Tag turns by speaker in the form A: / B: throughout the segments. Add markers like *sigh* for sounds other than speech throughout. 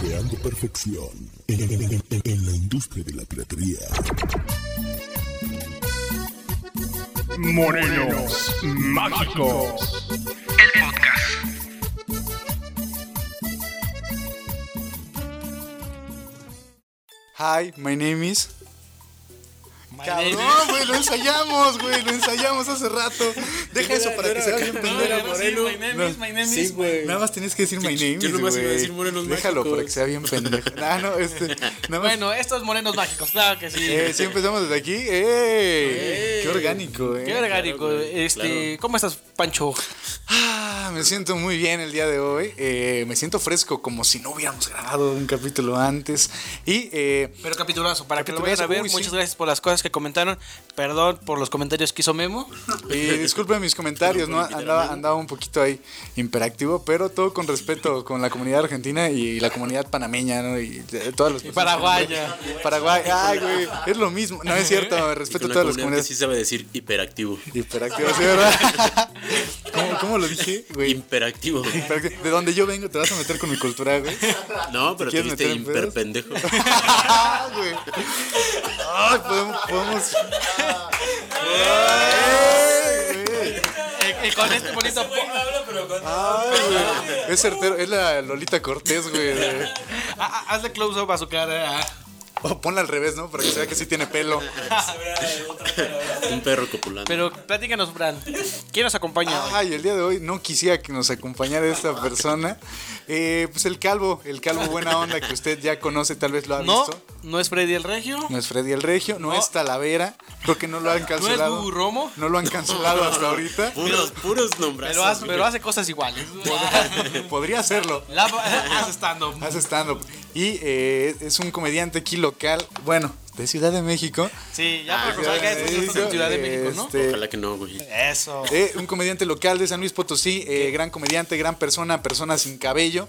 A: Creando perfección en, en- en- en- en la industria de la piratería.
B: Morenos Mágicos.
C: Hi, my name is. Cabrón,
D: name
C: güey, lo ensayamos, güey, lo ensayamos hace
E: *laughs*
C: rato. Deja eso para que se vea bien pendejo.
D: Moreno. My name is, my name
E: Sí,
D: is.
E: güey.
C: Nada más tenías que decir my name
E: yo
C: is,
E: nomás iba a
C: güey.
E: decir Morenos
C: Déjalo
E: Mágicos.
C: para que sea bien
E: *laughs*
C: pendejo. Ah, no, este. Nada más.
D: Bueno, estos morenos mágicos, claro que sí.
C: eh, sí, empezamos desde aquí. ¡Ey!
E: Ey.
C: ¡Qué orgánico, eh!
D: Qué orgánico.
E: Claro, güey,
D: este,
E: claro.
D: ¿cómo estás, Pancho?
C: Ah, me siento muy bien el día de hoy. Eh, me siento fresco, como si no hubiéramos grabado un capítulo antes. Y eh,
D: Pero capitulazo, para que lo vayan a
C: Capitulazo,
D: ver,
C: uy, sí.
D: muchas gracias por las cosas que comentaron. Perdón por los comentarios que hizo *laughs* Memo.
C: Y disculpen mis comentarios, ¿no? Andaba, andaba un poquito ahí imperactivo, pero todo con respeto con la comunidad argentina y la comunidad panameña, ¿no? Y de- todas las personas
D: paraguaya.
C: que- Paraguay, ay, güey, es lo mismo. No es cierto,
E: *laughs* Y
C: respeto
E: con
C: a
E: la
C: todas las
E: comunidad que
C: comunidades
E: sí sabe decir hiperactivo.
C: hiperactivas, ¿sí,
E: *laughs*
C: verdad? ¿Cómo, cómo lo dije, güey?
E: Hiperactivo.
C: *laughs*
E: güey.
C: Hiperacti- De donde yo vengo, te vas a meter con mi cultura,
E: *laughs*
C: güey.
E: No, pero te
C: quieres
E: viste
C: meter en pedos?
E: hiperpendejo.
C: Ah, güey. Ay, podemos. podemos...
E: *laughs*
C: Ay, güey.
D: Y con este bonito.
C: Ay, güey. Es certero, es la Lolita Cortés, güey. de-
D: Ah, ah, hazle close up a su cara.
C: O ponla al revés, ¿no? Para que se vea que sí tiene pelo.
E: Un perro copulando.
D: Pero platícanos, Fran. ¿Quién nos acompaña? hoy?
C: Ay, el día de hoy no quisiera que nos acompañara esta persona. Eh, pues el calvo, el calvo buena onda que usted ya conoce, tal vez lo ha
D: No,
C: visto.
D: no es Freddy el Regio.
C: No es Freddy el Regio, no, es Talavera. Creo que no lo han
D: No es
C: cancelado.
D: Bubu Romo.
C: No lo han cancelado hasta *laughs* ahorita.
E: Puros, puros nombrazos.
D: Pero hace,
E: güey.
D: pero hace cosas iguales.
C: Podría hacerlo.
D: La, *laughs* hace stand-up.
C: Hace stand-up. Y eh, es un comediante aquí local, bueno, de Ciudad de México.
D: Sí, ya para que
C: Ciudad
D: salga
C: de
D: esto, esto es en
C: México,
D: Ciudad de México, ¿no?
C: este,
E: Ojalá que no, güey.
D: Eso.
C: Eh, un comediante local de San Luis Potosí, eh, gran comediante, gran persona, persona sin cabello.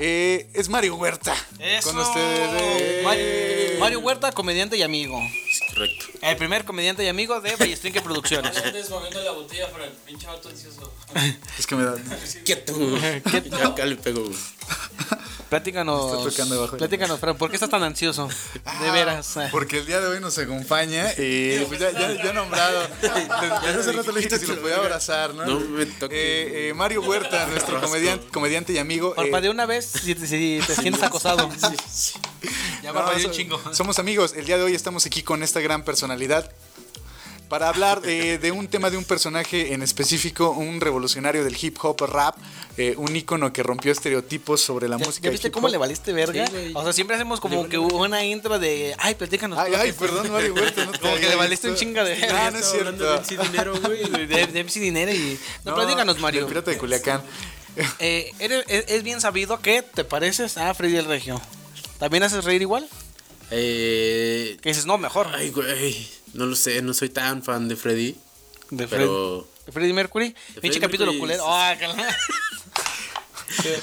C: Eh, es Mario Huerta.
D: Eso.
C: Con ustedes. eh.
D: Mario, Mario Huerta, comediante y amigo.
E: Es correcto.
D: El primer comediante y amigo de Ballestrinque Producciones.
C: *laughs*
F: Andes moviendo la botella para el pinche vato ansioso.
C: Es que me da.
E: *laughs* Quieto. Ya acá le pego, güey.
D: Platícanos.
C: Está tocando abajo.
D: Platícanos, Fran, ¿por qué estás tan ansioso? De veras. eh.
C: Ah, Porque el día de hoy nos acompaña. eh, pues ya, ya- ya nombrado.
D: *laughs*
C: Desde hace rato le dije si lo podía abrazar, ¿no?
E: No me toque.
C: Eh, eh, Mario Huerta, nuestro comediante, comediante y amigo. eh,
D: Parpadea una vez si, si te sientes acosado. Ya
C: No,
D: parpadeé
C: so-
D: un chingo. *laughs*
C: Somos amigos. El día de hoy estamos aquí con esta gran personalidad para hablar eh, de un tema de un personaje en específico, un revolucionario del hip hop rap, eh, un ícono que rompió estereotipos sobre la
D: ¿Ya,
C: música.
D: ya
C: de
D: viste
C: hip
D: cómo
C: hop.
D: le valiste verga?
E: Sí, güey.
D: o sea, siempre hacemos como que una intro de. Ay, platícanos.
C: Ay,
D: tú,
C: ay,
D: ¿qué-
C: perdón, Mario Huerta. no te
D: Como que
C: había
D: le valiste un
C: visto.
D: chingo de
C: No, no es
E: Hablando
C: cierto.
E: de sin dinero, güey.
D: De, de MC Dinero y. No,
C: No,
D: platícanos, Mario.
C: El pirata de Culiacán.
D: Eh, eres- es, es bien sabido que te pareces a Freddy el Regio. ¿También haces reír igual?
E: Eh,
D: Que dices, no, mejor.
E: ay, güey. No lo sé, no soy tan fan de Freddy.
D: de, Fred-
E: Pero.
D: de Freddy Mercury. Pinche
E: Freddie
D: capítulo
E: Mercury,
D: culero.
E: sí, sí.
D: Ah, cala.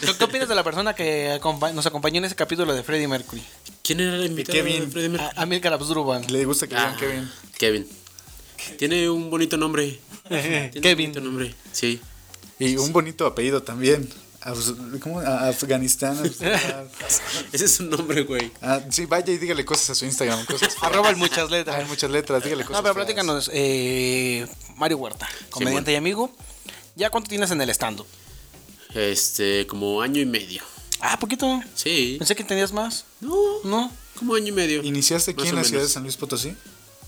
D: ¿Qué, qué opinas de la persona que acompa- nos acompañó en ese capítulo de Freddy Mercury?
E: ¿Quién era el invitado
C: Kevin.
E: de Freddy Mercury?
D: A, Amilcar Abdurban.
C: Le gusta que
E: Ah,
C: vean Kevin.
E: Kevin. Tiene un bonito nombre. Tiene
D: *laughs* Kevin.
E: Un bonito nombre. Sí.
C: Y un bonito apellido también. Abs- ¿Cómo? A-
D: *laughs*
C: Afganistán. Abs-
E: Ese es un nombre, güey.
C: Ah, sí, vaya y dígale cosas a su Instagram.
D: *laughs*
C: Cosas
D: Arroba el muchas letras.
C: Hay muchas letras, dígale cosas.
D: No, pero
C: feas.
D: platícanos, eh, Mario Huerta, comediante y amigo. ¿Ya cuánto tienes en el stand-up?
E: Este, como año y medio.
D: Ah, poquito.
E: Sí.
D: Pensé que tenías más.
E: No,
D: ¿No?
E: como año y medio.
C: ¿Iniciaste aquí
E: Más
C: en
E: o
C: la ciudad de
E: menos.
C: San Luis Potosí?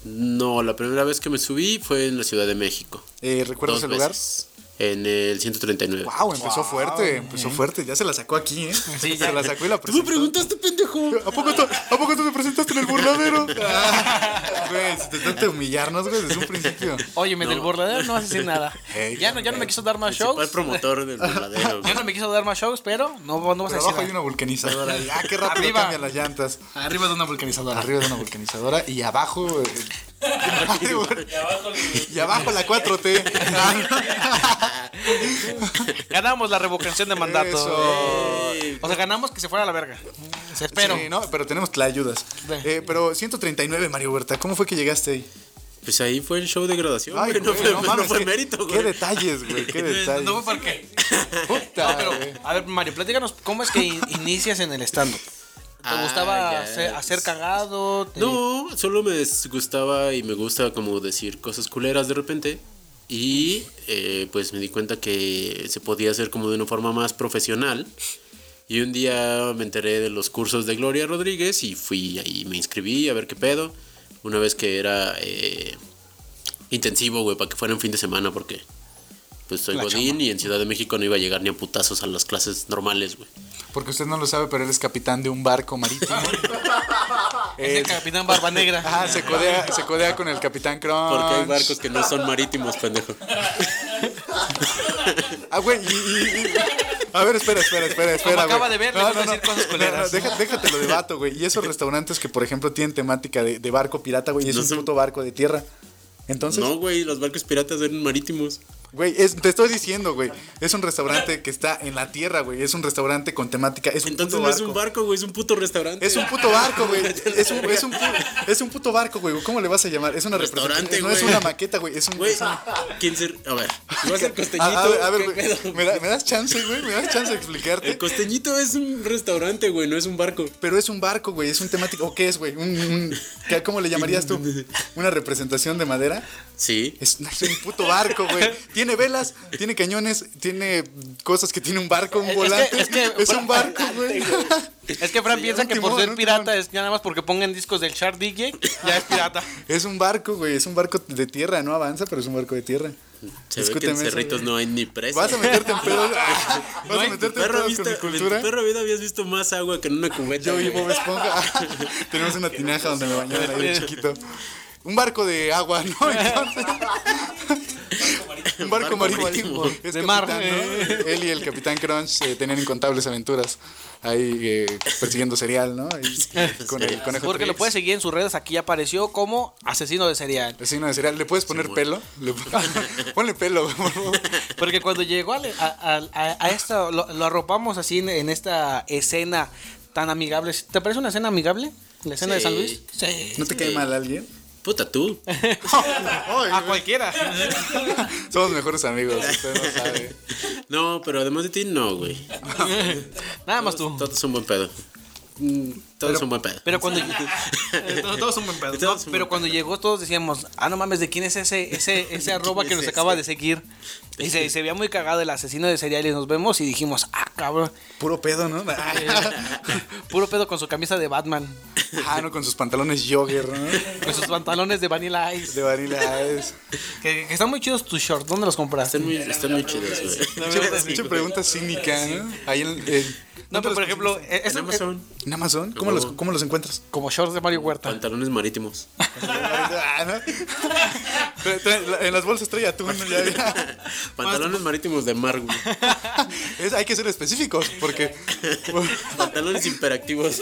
E: No, la primera vez que me subí fue en la Ciudad de México.
C: Eh, ¿Recuerdas
E: Dos
C: el lugar?
E: veces. En el 139.
C: Wow, empezó fuerte, empezó fuerte. Ya se la sacó aquí, ¿eh? Sí, Se la sacó y la
E: Tú me
C: presentó. *laughs*
E: preguntaste, pendejo.
C: ¿A poco, tú, ¿A poco tú te presentaste en el burladero? Ah, *laughs* Güey, si te trata de humillarnos, güey, desde un principio.
D: Óyeme,
E: No.
D: del bordadero no vas a decir nada.
C: *laughs* Ey,
D: ya, no, ya no me quiso dar más
E: Principal
D: shows.
E: promotor
C: *laughs*
E: del burladero.
D: Ya no me quiso dar más shows, pero no, no vas
C: Pero
D: a
C: abajo
D: decir
C: hay una *laughs*
D: nada.
C: vulcanizadora. ahí. Ah, qué rápido
D: Arriba.
C: cambian las llantas.
D: Arriba de una vulcanizadora.
C: Arriba de una vulcanizadora y abajo. eh, *laughs* y abajo la *laughs* 4T.
D: Ganamos la revocación de mandato.
C: Eso.
D: Eh, O sea, ganamos que se fuera a la verga. Se espero.
C: Sí, no, pero tenemos la ayudas.
D: Ve.
C: Eh, pero 139, Mario Huerta, ¿cómo fue que llegaste ahí?
E: Pues ahí fue el show de graduación.
C: Ay,
E: güey, no,
C: güey,
E: fue,
C: no
E: no
C: mames,
E: fue
C: qué-
E: mérito,
C: Qué
E: güey. *laughs*
C: detalles, güey, qué detalles.
D: Eh, No fue porque
C: *laughs* Puta,
D: Pero,
C: güey.
D: a ver, Mario, platícanos, ¿cómo es
C: *laughs*
D: que in- inicias en el stand-up? ¿Te
E: Ah,
D: gustaba
E: ya.
D: hacer, hacer cagado? Te-
E: No, solo me gustaba y me gusta como decir cosas culeras de repente. Y eh, pues me di cuenta que se podía hacer como de una forma más profesional. Y un día me enteré de los cursos de Gloria Rodríguez y fui ahí, me inscribí a ver qué pedo. Una vez que era eh, intensivo, güey, para que fuera un fin de semana, porque pues soy
D: La
E: Godín y en Ciudad de México no iba a llegar ni a putazos a las clases normales, güey.
C: Porque usted no lo sabe, pero él es capitán de un barco
E: *laughs*
C: marítimo. *laughs*
D: Es el
C: Es-
D: capitán Barba Negra.
C: *laughs* Ah, se codea, se codea con el capitán Crunch.
E: Porque hay barcos que no son marítimos, pendejo.
C: Ah, güey. y- y- y- A ver, espera, espera, espera, espera. güey.
D: acaba de ver, le gusta decir cosas culeras.
C: deja- déjate lo debato, güey. Y
E: *laughs*
C: esos restaurantes que, por ejemplo, tienen temática de, de barco pirata, güey, y es
E: No
C: un
E: sé.
C: puto barco de tierra. Entonces,
E: No, güey, los barcos piratas eran marítimos.
C: güey, es- te estoy diciendo, güey, es un restaurante que está en la tierra, güey, es un restaurante con temática, es un
E: Entonces
C: puto
E: no es un barco, güey, es un puto restaurante.
C: Es un puto barco,
E: *laughs*
C: güey. Es un, es, un pu- es un puto barco, güey. ¿Cómo le vas a llamar? Es una
E: Restaurante,
C: representación. No es
E: güey.
C: una maqueta, güey. Es un.
E: Güey,
C: es un-
E: ¿quién ser? A ver, si va a ser costeñito.
C: a, a ver, a ver,
E: ¿qué
C: güey.
E: pedo?
C: ¿Me, da- me das chance, güey. Me das chance de explicarte.
E: El costeñito es un restaurante, güey, no es un barco.
C: Pero es un barco, güey. Es un temático. ¿O qué es, güey? Un- un- ¿qué- ¿Cómo le llamarías tú? ¿Una representación de madera?
E: Sí.
C: Es, es un puto barco, güey. Tiene velas, tiene cañones, tiene cosas que tiene un barco, un
D: Es que-
C: volante.
D: es
C: Es,
D: que-
C: un
E: *laughs*
C: barco, güey.
D: Es que Fran
C: Sí,
D: piensa
C: un
D: que por
C: timón,
D: ser
C: un
D: pirata
C: timón.
D: es ya nada más porque pongan discos del Shark DJ, ya es pirata.
C: Es un barco, güey. Es un barco de tierra. No avanza, pero es un barco de tierra.
E: Se ve que
C: Discúteme
E: en
C: eso,
E: Cerritos
C: güey.
E: no hay ni
C: *laughs*
E: presa.
C: Vas a
E: *laughs*
C: meterte en pedos. Vas a
E: en tu
C: meterte en
E: perra
C: pedos con mi
E: vista- en tu
C: cultura.
E: perra vida habías visto más agua que en una cubeta.
C: Yo y
E: güey.
C: Bob Esponja.
E: *laughs*
C: *laughs* Tenemos una tinaja donde me bañaban ahí de chiquito. Un barco de agua,
E: *laughs*
C: ¿no? Entonces- *laughs* un barco
E: Barco
C: marítimo.
E: marítimo.
C: Es
D: De mar.
C: capitán, ¿no? Él y el capitán Crunch eh, tenían incontables aventuras ahí eh, persiguiendo cereal, ¿no? Y *laughs* con el conejo.
D: Porque lo
C: Trix.
D: puedes seguir en sus redes, aquí apareció como asesino de serial.
C: Vecino de cereal, ¿le puedes poner pelo? Le pon- Ponle pelo, *laughs* por favor.
D: Porque cuando llegó a, a, a- a esto, lo, lo arropamos así en, en esta escena tan amigable. ¿Te parece una escena amigable? ¿La escena de
E: Sí.
D: San Luis? Sí.
C: ¿No te cae mal
D: *laughs*
C: alguien?
E: Eh, Puta tú.
C: Ay,
D: A cualquiera.
C: Somos mejores amigos, usted no sabe.
E: *laughs* No, pero además de ti, no, güey.
D: Nada más tú.
E: Todos son buen pedo. Mm, Todos son buen pedo.
D: Pero cuando
E: *laughs* Todos son buen pedo.
D: No, pero cuando llegó todos decíamos, ah, no mames, ¿de quién es ese, ese, ese arroba
E: quién
D: que
E: es
D: nos
E: ese?
D: acaba de seguir? Y se, se veía muy cagado el asesino de seriales. Nos vemos y dijimos, ah, cabrón, *laughs*
C: Puro pedo, ¿no? Ay.
D: puro pedo con su camisa de Batman,
C: *laughs* Ah, no, con sus pantalones jogger, ¿no?
D: con sus pantalones de Vanilla Ice.
C: De Vanilla ah, Ice.
D: Que, que están muy chidos tus shorts, ¿dónde los compraste?
E: Están muy, están muy chidos, güey.
C: Mucha, pregunta cínica, ¿no? Ahí en, en-
D: No, pero por ejemplo, eh,
E: En
D: eso- eh,
E: Amazon,
C: ¿En Amazon? ¿Cómo los, cómo los
D: *laughs*
C: encuentras?
D: como shorts de Mario Huerta.
E: pantalones marítimos.
C: Ah, ¿no? Trae- trae- en las bolsas trae atún. *laughs* ya, ya.
E: *laughs* Pantalones marítimos de mar, güey.
C: *laughs* Es- hay que ser específicos porque *laughs*
E: Pantalones hiperactivos.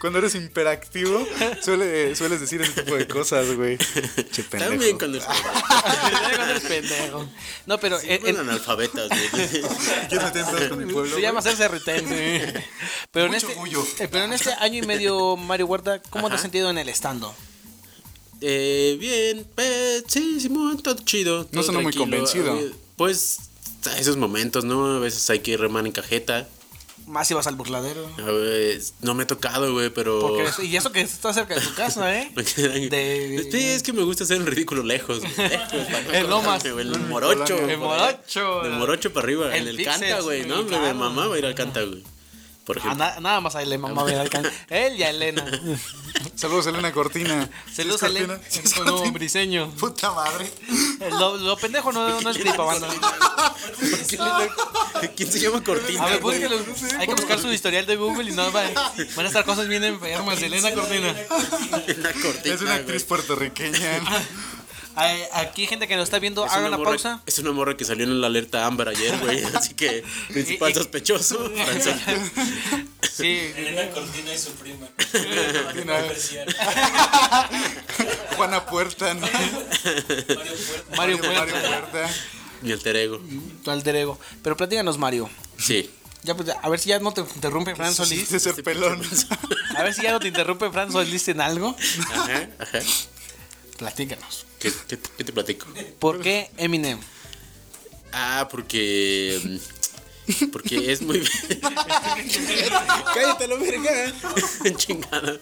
C: cuando eres imperactivo suele, sueles decir ese tipo de cosas, güey. Che, pendejo.
E: También cuando son *laughs*
D: Pendejo. *laughs* no, pero eh, en-
C: *laughs*
E: analfabetas, güey.
C: Yo me tengo pedos con mi pueblo.
D: se llama
C: güey.
D: hacerse retén. Pero, en
C: Mucho
D: este,
C: orgullo.
D: eh, pero en este año y medio, Mario Huerta, ¿cómo te has
E: Ajá.
D: sentido en el estando?
E: Eh, bien, pues, sí, Simón, todo chido. todo
C: sonó muy
E: tranquilo.
C: convencido.
E: Eh, Pues, a esos momentos, ¿no? A veces hay que ir remar en cajeta.
D: Más si vas al burladero.
E: A ver, no me ha tocado, güey, pero.
D: Porque es- y eso que está cerca de tu casa,
E: *laughs*
D: ¿eh?
E: Me quedan-
D: De-
E: Sí, es que me gusta hacer el ridículo lejos. güey, lejos, para *laughs* no
D: En Lomas.
E: acordarme, güey, En Morocho.
C: En
E: por ahí.
D: Morocho.
E: De Morocho para arriba.
D: El
E: en el
D: Pixels,
E: Canta, güey. No, hombre,
D: claro.
E: mi mamá va a ir al Canta, güey. Por
D: Ah,
E: ejemplo. *laughs*
D: na- nada más a Elena, mamá, mira, alcan- Él y a Elena.
C: Saludos a Elena Cortina.
D: Saludos
C: ¿Sí
D: a
C: es
D: Elena.
C: ¿Sí
D: *laughs*
C: es
D: No,
C: Cortina?
D: briseño.
C: Puta madre.
D: Lo, lo pendejo no, no es flipabanda.
E: ¿Por qué le- ¿Quién se llama Cortina?
D: A ver,
E: *laughs* güey?
D: búsquelo. Hay que buscar su historial de Google y no va- van a estar cosas bien enfermas. Elena Cortina.
E: *laughs* La Cortina,
C: Es una actriz
E: güey.
C: puertorriqueña. ¿no?
D: Ay, Aquí, gente que nos está viendo,
E: Es
D: hagan
E: una
D: una
E: morra-
D: pausa.
E: Es una morra que salió en la alerta Ámbar ayer,
D: *laughs*
E: güey. Así que, principal
D: Y- y- *laughs*
E: sospechoso. Franzola.
D: Sí.
F: Elena Cortina y su prima.
C: Cortina.
F: Comercial.
C: *laughs* Juana Puerta, ¿no?
F: Mario Puerta.
D: Mario pues.
C: Mario
D: Puerta,
C: Puerta.
E: Mi alter ego.
D: tu alter ego. Pero platícanos, Mario.
E: Sí.
D: Ya, pues, a ver si ya no te interrumpe Fran Solís.
C: Dice ser pelón.
D: A ver si ya no te interrumpe Fran Solís en algo.
E: Ajá, ajá.
D: Platícanos.
E: ¿Qué, qué- qué te platico?
D: ¿Por qué Eminem?
E: Ah, porque. mm, Porque es muy.
G: Cállate, lo verga.
E: *laughs* Chingada.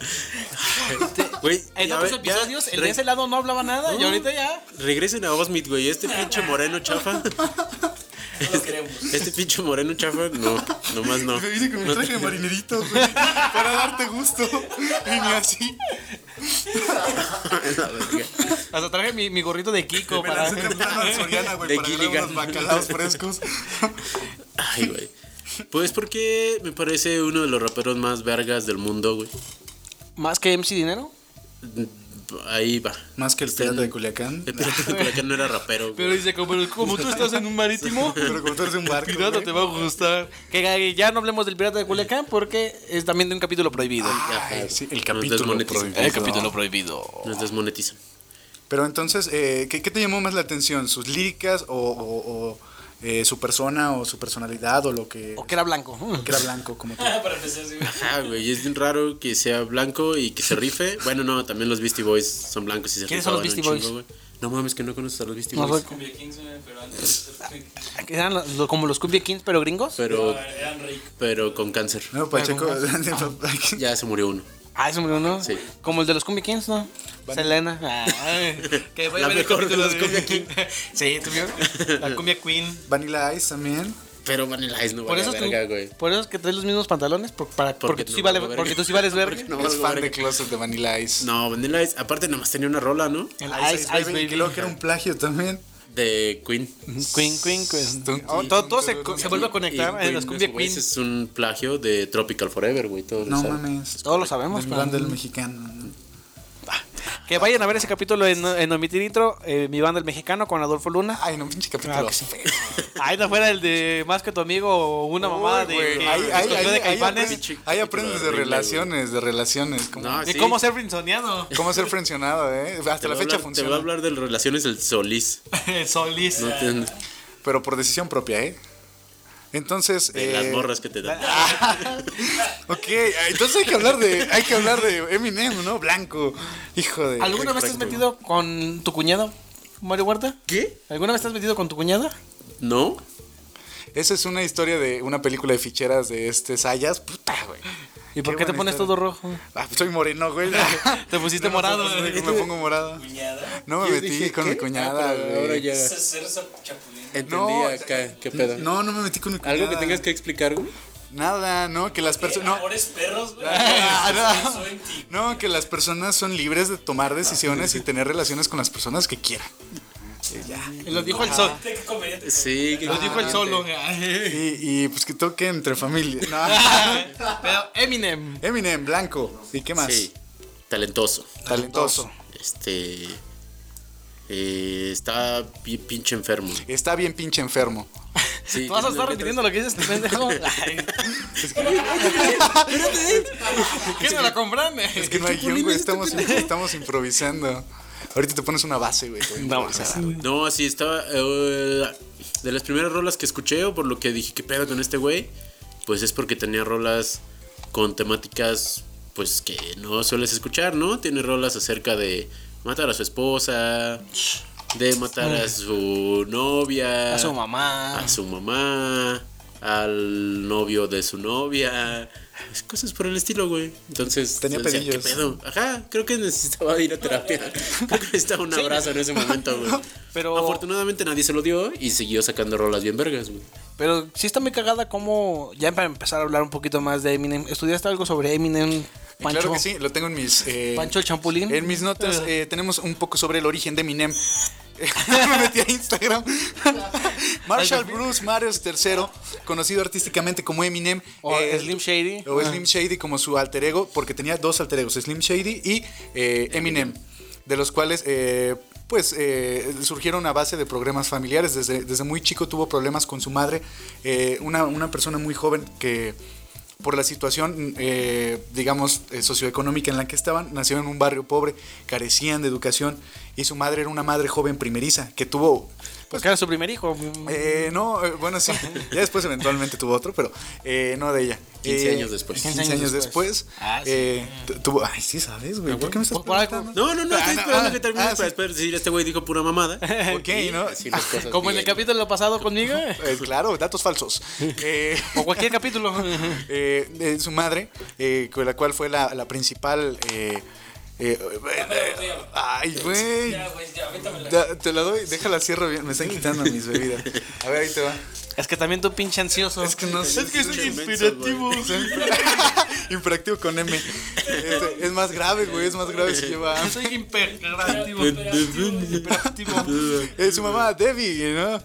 E: este, Güey,
D: En
E: ya
D: otros
E: ve- ya
D: episodios, el
E: re-
D: de ese lado no hablaba nada y ahorita ya.
E: Regresen a Osmit, güey. Este pinche
D: *laughs*
E: moreno chafa.
F: No lo queremos.
E: Este pinche moreno chafa, no, nomás no.
C: Me dice que me traje de marinerito, güey, para darte gusto. Y ni así.
E: La verga.
D: Hasta traje mi, mi gorrito de *laughs* Kiko
C: Me lancé
D: para.
C: temprano al Soriana, güey,
E: De
C: para agarrar
E: Gilligan.
C: unos bacalaos frescos.
E: Ay, güey. Pues porque me parece uno de los raperos más vergas del mundo, güey.
D: ¿Más que MC Dinero?
E: Ahí va.
C: Más que el pirata de Culiacán.
E: El pirata *laughs* de Culiacán no era rapero,
D: Pero
E: güey.
D: dice, como, como tú estás en un marítimo,
C: Pero como tú eres un barco.
D: pirata
C: güey.
D: te va a gustar. Que que ya no hablemos del pirata de Culiacán porque es también de un capítulo prohibido.
C: Ay, sí, el
E: Nos
C: capítulo
E: desmonetizan.
C: prohibido.
D: prohibido.
E: Nos desmonetizan.
C: Pero entonces, eh, ¿qué, qué te llamó más la atención? ¿Sus líricas o, o- o, eh, su persona o su personalidad o lo que,
D: O que era blanco.
C: que era blanco *laughs* como tú?
F: Para empezar, sí.
E: Ajá, güey. Es bien raro que sea blanco y que se rife. Bueno, no, también los Beastie Boys son blancos y se
D: ¿Quiénes son los
E: rifaban
D: Beastie
E: un chingo, güey. No mames, que no conoces a los Beastie
D: No
E: Boys.
D: soy-
F: Cumbia Kings, güey, pero antes.
D: que Ah, eran los- los- como los Cumbia Kings, pero gringos.
E: Pero,
F: Eran ricos.
E: pero con cáncer.
C: No, Pacheco. *laughs*
E: Ya se murió uno.
D: Ah, es murió, ¿no?
E: Sí.
D: Como el de los Cumbia Kings, ¿no? Selena. Ah, Ay, que voy a
E: La
D: ver el
E: mejor de
D: capítulo
E: los Cumbia King.
D: *laughs* sí, tú vio? La Cumbia Queen.
C: Vanilla Ice también.
E: Pero Vanilla Ice no
D: Por
E: vale
D: eso, tú-
E: verga, güey.
D: por eso es que traes los mismos pantalones, por- para- porque, tú
E: no
D: sí vale-
E: valgo verga.
D: porque tú sí vales verga.
E: Porque no
C: es
E: valgo
C: fan de
E: verga.
C: Closet de Vanilla Ice.
E: No, Vanilla Ice, aparte nomás tenía una rola, ¿no?
D: El
C: Ice, Ice Baby, Que luego que era un plagio también.
E: De Queen.
D: Queen, Queen, Queen.
C: Tum,
D: Oh,
C: tum,
D: todo
C: tum,
D: todo
C: tum,
D: se,
C: tum,
D: co-
C: tum,
D: se vuelve a
C: tum.
E: Y
D: conectar en los
E: no,
D: Cumbia
E: su güey,
D: Queen.
E: Es un plagio de Tropical Forever, güey. todos lo
C: No
E: *laughs* saben.
C: mames.
D: Todos lo sabemos.
C: De mi
D: pero-
C: banda el mexicano.
D: Que vayan a ver ese capítulo en, en Omitir Intro, eh, Mi Banda el Mexicano con Adolfo Luna.
C: Ay, no, pinche capítulo.
D: Claro
C: *laughs*
D: que sí. Ahí no fuera el de Más que tu amigo o una mamada de,
C: Güey,
D: que-
C: ahí, ahí,
D: que-
C: ahí,
D: de
C: ahí
D: Caifanes.
C: aprendes-
E: Pinche
C: ahí
E: capítulo
C: aprendes de
E: horrible, güey.
C: relaciones, de relaciones. ¿Cómo,
E: No,
D: de
E: sí.
D: cómo ser brinzoneado. *laughs*
C: cómo ser frencionado, eh? Hasta
E: Te
C: la
E: voy a
C: fecha
E: hablar- Te voy a
C: funciona.
E: hablar de las relaciones del Solís.
D: El Solís. *laughs*
E: No te-
C: Pero por decisión propia, ¿eh? Entonces.
E: de
C: eh,
E: las morras que te dan.
C: *laughs* Ok, entonces hay que hablar de, hay que hablar de Eminem, ¿no? Blanco. Hijo de.
D: ¿Alguna vez te has
E: Correcto.
D: metido con tu cuñado, Mario Huerta?
E: ¿Qué?
D: ¿Alguna vez te has metido con tu cuñada?
E: ¿No?
C: Esa es una historia de una película de ficheras de este Sayas. Puta, güey.
D: ¿Y por
C: Qué
D: qué te
C: buena
D: pones
C: historia.
D: todo rojo?
C: Ah, soy moreno, güey.
D: *laughs* Te pusiste morado.
C: Me
D: güey.
C: pongo- me pongo morado.
F: Cuñada.
C: No me metí con mi cuñada,
E: Ah, Ahora
C: güey.
E: ya
F: Es hacer esa chapulín.
E: entendí
C: No,
E: acá. ¿Qué pedo?
C: No, no me metí con mi cuñada.
E: ¿Algo que tengas que explicar, güey?
C: Nada, no, que las
F: Eh,
C: personas. No.
F: Amores perros, güey.
C: Ah,
F: Eso
C: no.
F: pensó en ti.
C: No, que las personas son libres de tomar decisiones y tener relaciones con las personas que quieran.
D: Lo dijo el sol.
F: ¿De qué comediante?
E: Sí, que
D: Lo dijo
C: Ah,
D: el solo. Ay,
C: Y, y, pues que toque entre familia. No.
D: *laughs* Pero Eminem.
C: Eminem, blanco. ¿Y qué más?
E: Sí, talentoso.
C: Talentoso.
E: Este. eh, está bien pinche enfermo.
C: Está bien pinche enfermo.
E: Sí,
D: ¿Tú vas a estar
E: tiene letras-
D: repitiendo lo que dices, este pendejo? *laughs* Ay. ¿Qué no la compran?
C: Es este que no hay guión, güey. Estamos,
D: este
C: estamos improvisando. Ahorita te pones una base, güey. para improvisar.
E: No, sí, estaba. eh, de las primeras rolas que escuché, o por lo que dije, ¿qué pedo con este güey? Pues es porque tenía rolas con temáticas, pues que no sueles escuchar, ¿no? Tiene rolas acerca de matar a su esposa, de matar a su novia,
D: A su mamá.
E: a su mamá, al novio de su novia. es Cosas por el estilo, güey. Entonces,
C: Tenía
E: yo decía, ¿qué
C: pedillos.
E: pedo? Ajá, creo que necesitaba ir a
C: *laughs*
E: terapia. Creo que necesitaba un abrazo en ese momento, güey.
D: Pero-
E: Afortunadamente nadie se lo dio y siguió sacando rolas bien vergas, güey.
D: Pero sí está muy cagada como... Ya para empezar a hablar un poquito más de Eminem. ¿Estudiaste algo sobre Eminem, Pancho?
C: Claro que sí, lo tengo en mis. eh,
D: Pancho el champulín. Ah.
C: En mis notas eh, tenemos un poco sobre el origen de Eminem. *laughs* Me metí a
D: *laughs*
C: Instagram. Marshall Bruce Matters III, conocido artísticamente como Eminem. Eh,
D: O Slim Shady.
C: O Slim Shady como su alter ego, porque tenía dos alter egos, Slim Shady y eh, Eminem, de los cuales... eh, pues eh, surgieron a base de problemas familiares. Desde, desde muy chico tuvo problemas con su madre. eh, una, una persona muy joven que, por la situación, eh, digamos, eh, socioeconómica en la que estaban, nació en un barrio pobre, carecían de educación y su madre era una madre joven primeriza que tuvo...
D: Porque Pues era su primer hijo.
C: eh, no, eh, bueno, sí, ya después eventualmente tuvo otro, pero eh, no de ella.
E: 15
C: Eh,
E: años después.
C: 15 años después.
D: Ah, sí.
C: Eh, tu- tu- ay, sí sabes, güey. ¿Por qué me estás
D: Por- por algo.
C: preguntando?
E: No, no, no, estoy
C: Ah,
E: esperando
C: ah,
E: que termine
C: ah,
E: para
C: sí.
E: después decir, este güey dijo
C: *laughs*
E: pura mamada.
C: Ok, ¿no?
E: Así las cosas
D: Como en el
E: bien. *laughs*
D: capítulo pasado conmigo.
C: *laughs* Eh, claro, datos falsos. Eh,
D: O cualquier capítulo.
C: *laughs* eh, de su madre, eh, con la cual fue la, la principal. eh, eh, eh, ay, güey.
F: Ya, güey, ya, vétamela.
C: Ya, Te la doy, déjala cierro bien. Me están quitando mis bebidas. A ver, ahí te va.
D: *laughs* Es que también tú pinche ansioso.
C: Es que no sé.
E: soy inspirativo.
C: *laughs* Impractivo con M. Este, es más grave, güey. Es más grave si lleva.
D: Yo soy imperativo. *laughs*
C: Eh, su mamá, Debbie, ¿no?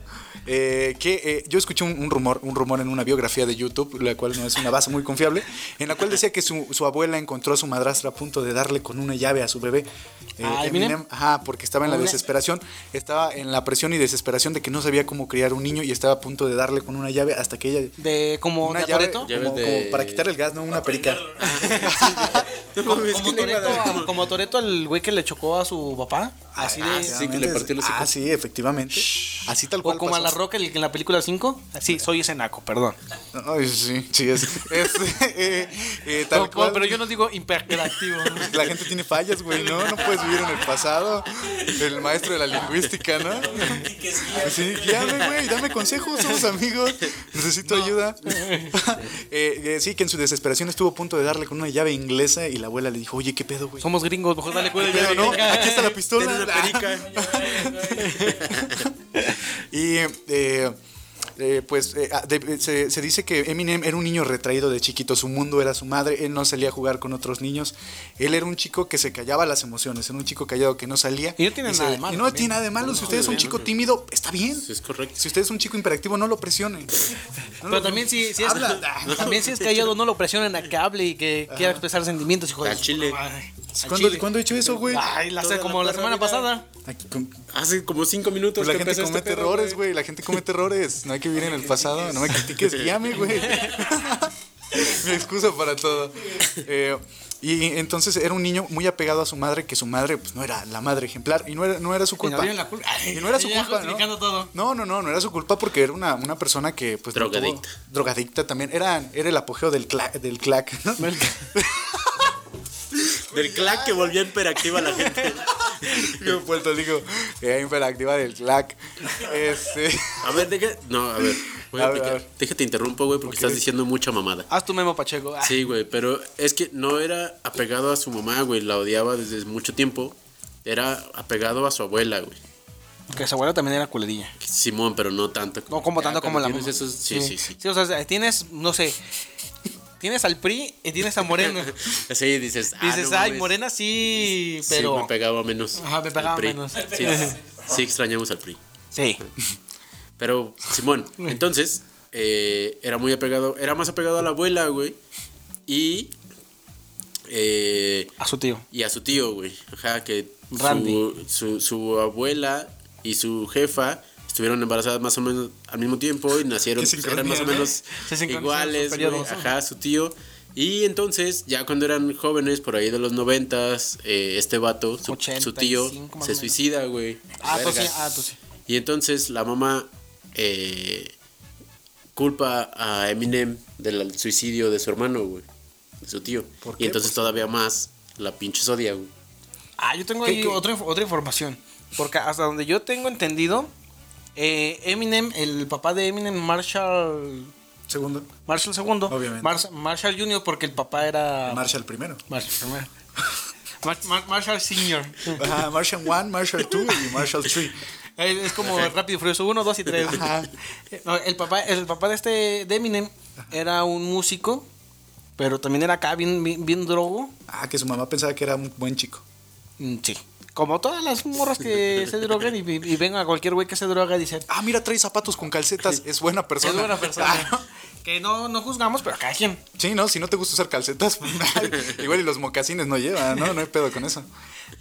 C: Eh, que eh, yo escuché un, un rumor un rumor en una biografía de YouTube, la cual no es una base muy confiable, en la cual decía que su, su abuela encontró a su madrastra a punto de darle con una llave a su bebé. Eh,
D: Ah,
C: Eminem,
D: Eminem.
C: ajá, porque estaba en la
D: Ole.
C: desesperación, estaba en la presión y desesperación de que no sabía cómo criar un niño y estaba a punto de darle con una llave hasta que ella...
D: De como
C: Una
D: de
C: llave,
D: Toretto.
E: Llave
C: como,
E: de-
C: como para quitar el gas, ¿no? Una perica.
E: *laughs*
D: *laughs*
E: No
D: Como,
E: mames,
D: como
E: ¿qué le iba a
D: Toretto,
E: dar? *laughs*
D: a- como Toretto al güey que le chocó a su papá. Así
C: Ah,
D: de.
E: sí, que le partió el hocico.
C: Ah, sí, efectivamente. Así tal cual
D: o como a
C: pasó.
D: la roca en la película 5. Sí, soy ese naco, perdón.
C: Ay, sí, sí, *laughs* es. es, eh, eh, tal
D: No,
C: cual.
D: Pero yo no digo imperativo. ¿no?
C: La gente tiene fallas, güey, ¿no? No puedes vivir en el pasado. El maestro de la lingüística, ¿no?
F: Y que es
C: *laughs*
F: guía,
C: Sí,
F: güey.
C: guíame, güey, dame consejos, somos amigos. Necesito *laughs* ayuda. Eh, eh, sí, que en su desesperación estuvo a punto de darle con una llave inglesa y la abuela le dijo, oye, ¿qué pedo, güey?
D: *laughs* Somos gringos, mejor dale cuidado.
C: Pero no,
D: gringa.
C: aquí está la
E: Tiene
C: pistola.
E: una perica.
C: *laughs* Y eh, eh, pues eh, ah, de- se, se dice que Eminem era un niño retraído de chiquito, su mundo era su madre, él no salía a jugar con otros niños, él era un chico que se callaba las emociones, era un chico callado que no salía.
D: Y no tiene
C: se-
D: nada de malo
C: y no
D: también.
C: tiene nada de malo, si usted es un chico tímido, está bien.
E: Sí, es correcto.
C: Si usted es un chico imperactivo, no lo presione. No
D: Pero
C: lo-
D: también si, si es,
C: Habla.
D: *laughs* también si es callado, no lo presionen a que hable y que quiera expresar sentimientos, hijo de
E: Al
D: su
E: chile.
D: madre. Al
C: ¿Cuándo,
D: chile. Ah.
C: cuándo he hecho eso, güey?
D: Ay, la,
E: Toda la
D: como la,
E: perra
D: semana
E: vida.
D: pasada.
C: Aquí con-
E: Hace como 5 minutos
C: Pues la
E: que
C: gente
E: empezó este
C: comete
E: pedo,
C: errores, güey. La gente comete errores. No hay que vivir en el pasado. No me critiques, guíame, güey. Mi excusa para todo. Eh, y entonces era un niño muy apegado a su madre, que su madre pues, no era la madre ejemplar y no era, no era su culpa.
D: dieron la culpa.
C: Y no era su
D: *laughs* Ya
C: culpa.
D: justificando
C: ¿no?
D: todo.
C: no, no, no, no era su culpa porque era una, una persona que pues no tuvo-
E: Drogadicta.
C: drogadicta también. Era, era el apogeo del clac, del clac, ¿no?
E: Del clac que volvió imperactiva la gente.
C: *laughs* Yo en Puerto Rico, era hiperactiva del clac. Este.
E: A ver, deja. No, a ver. Voy a,
C: A ver,
E: aplicar.
C: a ver.
E: Déjate interrumpo, güey, porque estás diciendo mucha mamada.
D: Haz tu memo, Pacheco. Ah,
E: Sí, güey, pero es que no era apegado a su mamá, güey. La odiaba desde mucho tiempo. Era apegado a su abuela, güey.
D: Que su abuela también era culerilla.
E: Simón, pero no tanto.
D: No como
E: Ya,
D: tanto como
E: Ah, cuando
D: la
E: tienes
D: mamá.
E: esos- sí, sí, sí.
D: Sí, o sea, tienes, no sé. Tienes al PRI y tienes a
E: *laughs*
D: Moreno.
E: Así dices, ah,
D: Dices,
E: no
D: ay,
E: mames".
D: Morena sí,
E: Sí,
D: pero.
E: me pegaba menos.
D: Ajá, me
E: al
D: pegaba
E: PRI.
D: menos. *laughs*
E: Sí, sí extrañamos al PRI.
D: Sí.
E: Pero,
D: *laughs*
E: Simón, entonces, eh, era muy apegado, era más apegado a la abuela, güey. Y, eh,
D: A su tío.
E: y a su tío, güey. Ajá, que su-
D: Randy.
E: Su, su abuela y su jefa estuvieron embarazadas más o menos al mismo tiempo
D: *laughs*
E: y nacieron,
C: Qué sincronía,
E: eran más o
C: ¿no?
E: menos
D: ¿eh? Se sincronizaron
E: iguales,
D: sus
E: güey.
D: periodos.
E: Ajá, su tío. Y entonces, ya cuando eran jóvenes, por ahí de los noventas, eh, este vato, su, su tío,
D: 85 más o
E: se
D: menos.
E: suicida, güey.
D: Ah, tú sí,
E: Verga.
D: ah, tú sí.
E: Y entonces la mamá eh, culpa a Eminem del suicidio de su hermano, güey. De su tío.
C: ¿Por qué? Pues
E: Y entonces todavía más la pinche sodia, güey.
D: Ah, yo tengo
C: ¿Qué-
D: ahí
C: qué?
D: Otra, inf- otra información. Porque hasta donde yo tengo entendido, eh, Eminem, el papá de Eminem, Marshall.
C: Segundo.
D: Marshall II.
C: Obviamente.
D: Mars- Marshall Jr., porque el papá era.
C: Marshall primero.
D: Marshall. Mar- Mar- Mar- Marshall Senior.
C: Ajá, Marshall 1, Marshall 2 y Marshall 3.
D: Eh, Es como Rápido y Furioso 1, 2 y 3.
C: Ajá.
D: el, papá, el papá de este de Eminem era un músico, pero también era acá bien, bien, bien drogo.
C: Ah, que su mamá pensaba que era un buen chico.
D: Mm, Sí. Como todas las morras que se drogan y, y ven a cualquier güey que se droga y dicen,
C: Ah, mira, trae zapatos con
D: *laughs*
C: calcetas, es buena persona.
D: es buena
C: Ah,
D: *laughs* persona. que no, no juzgamos, pero cada quien.
C: sí, ¿no? Si no te gusta usar calcetas, *laughs* igual y los mocasines no llevan, ¿no? No hay pedo con eso.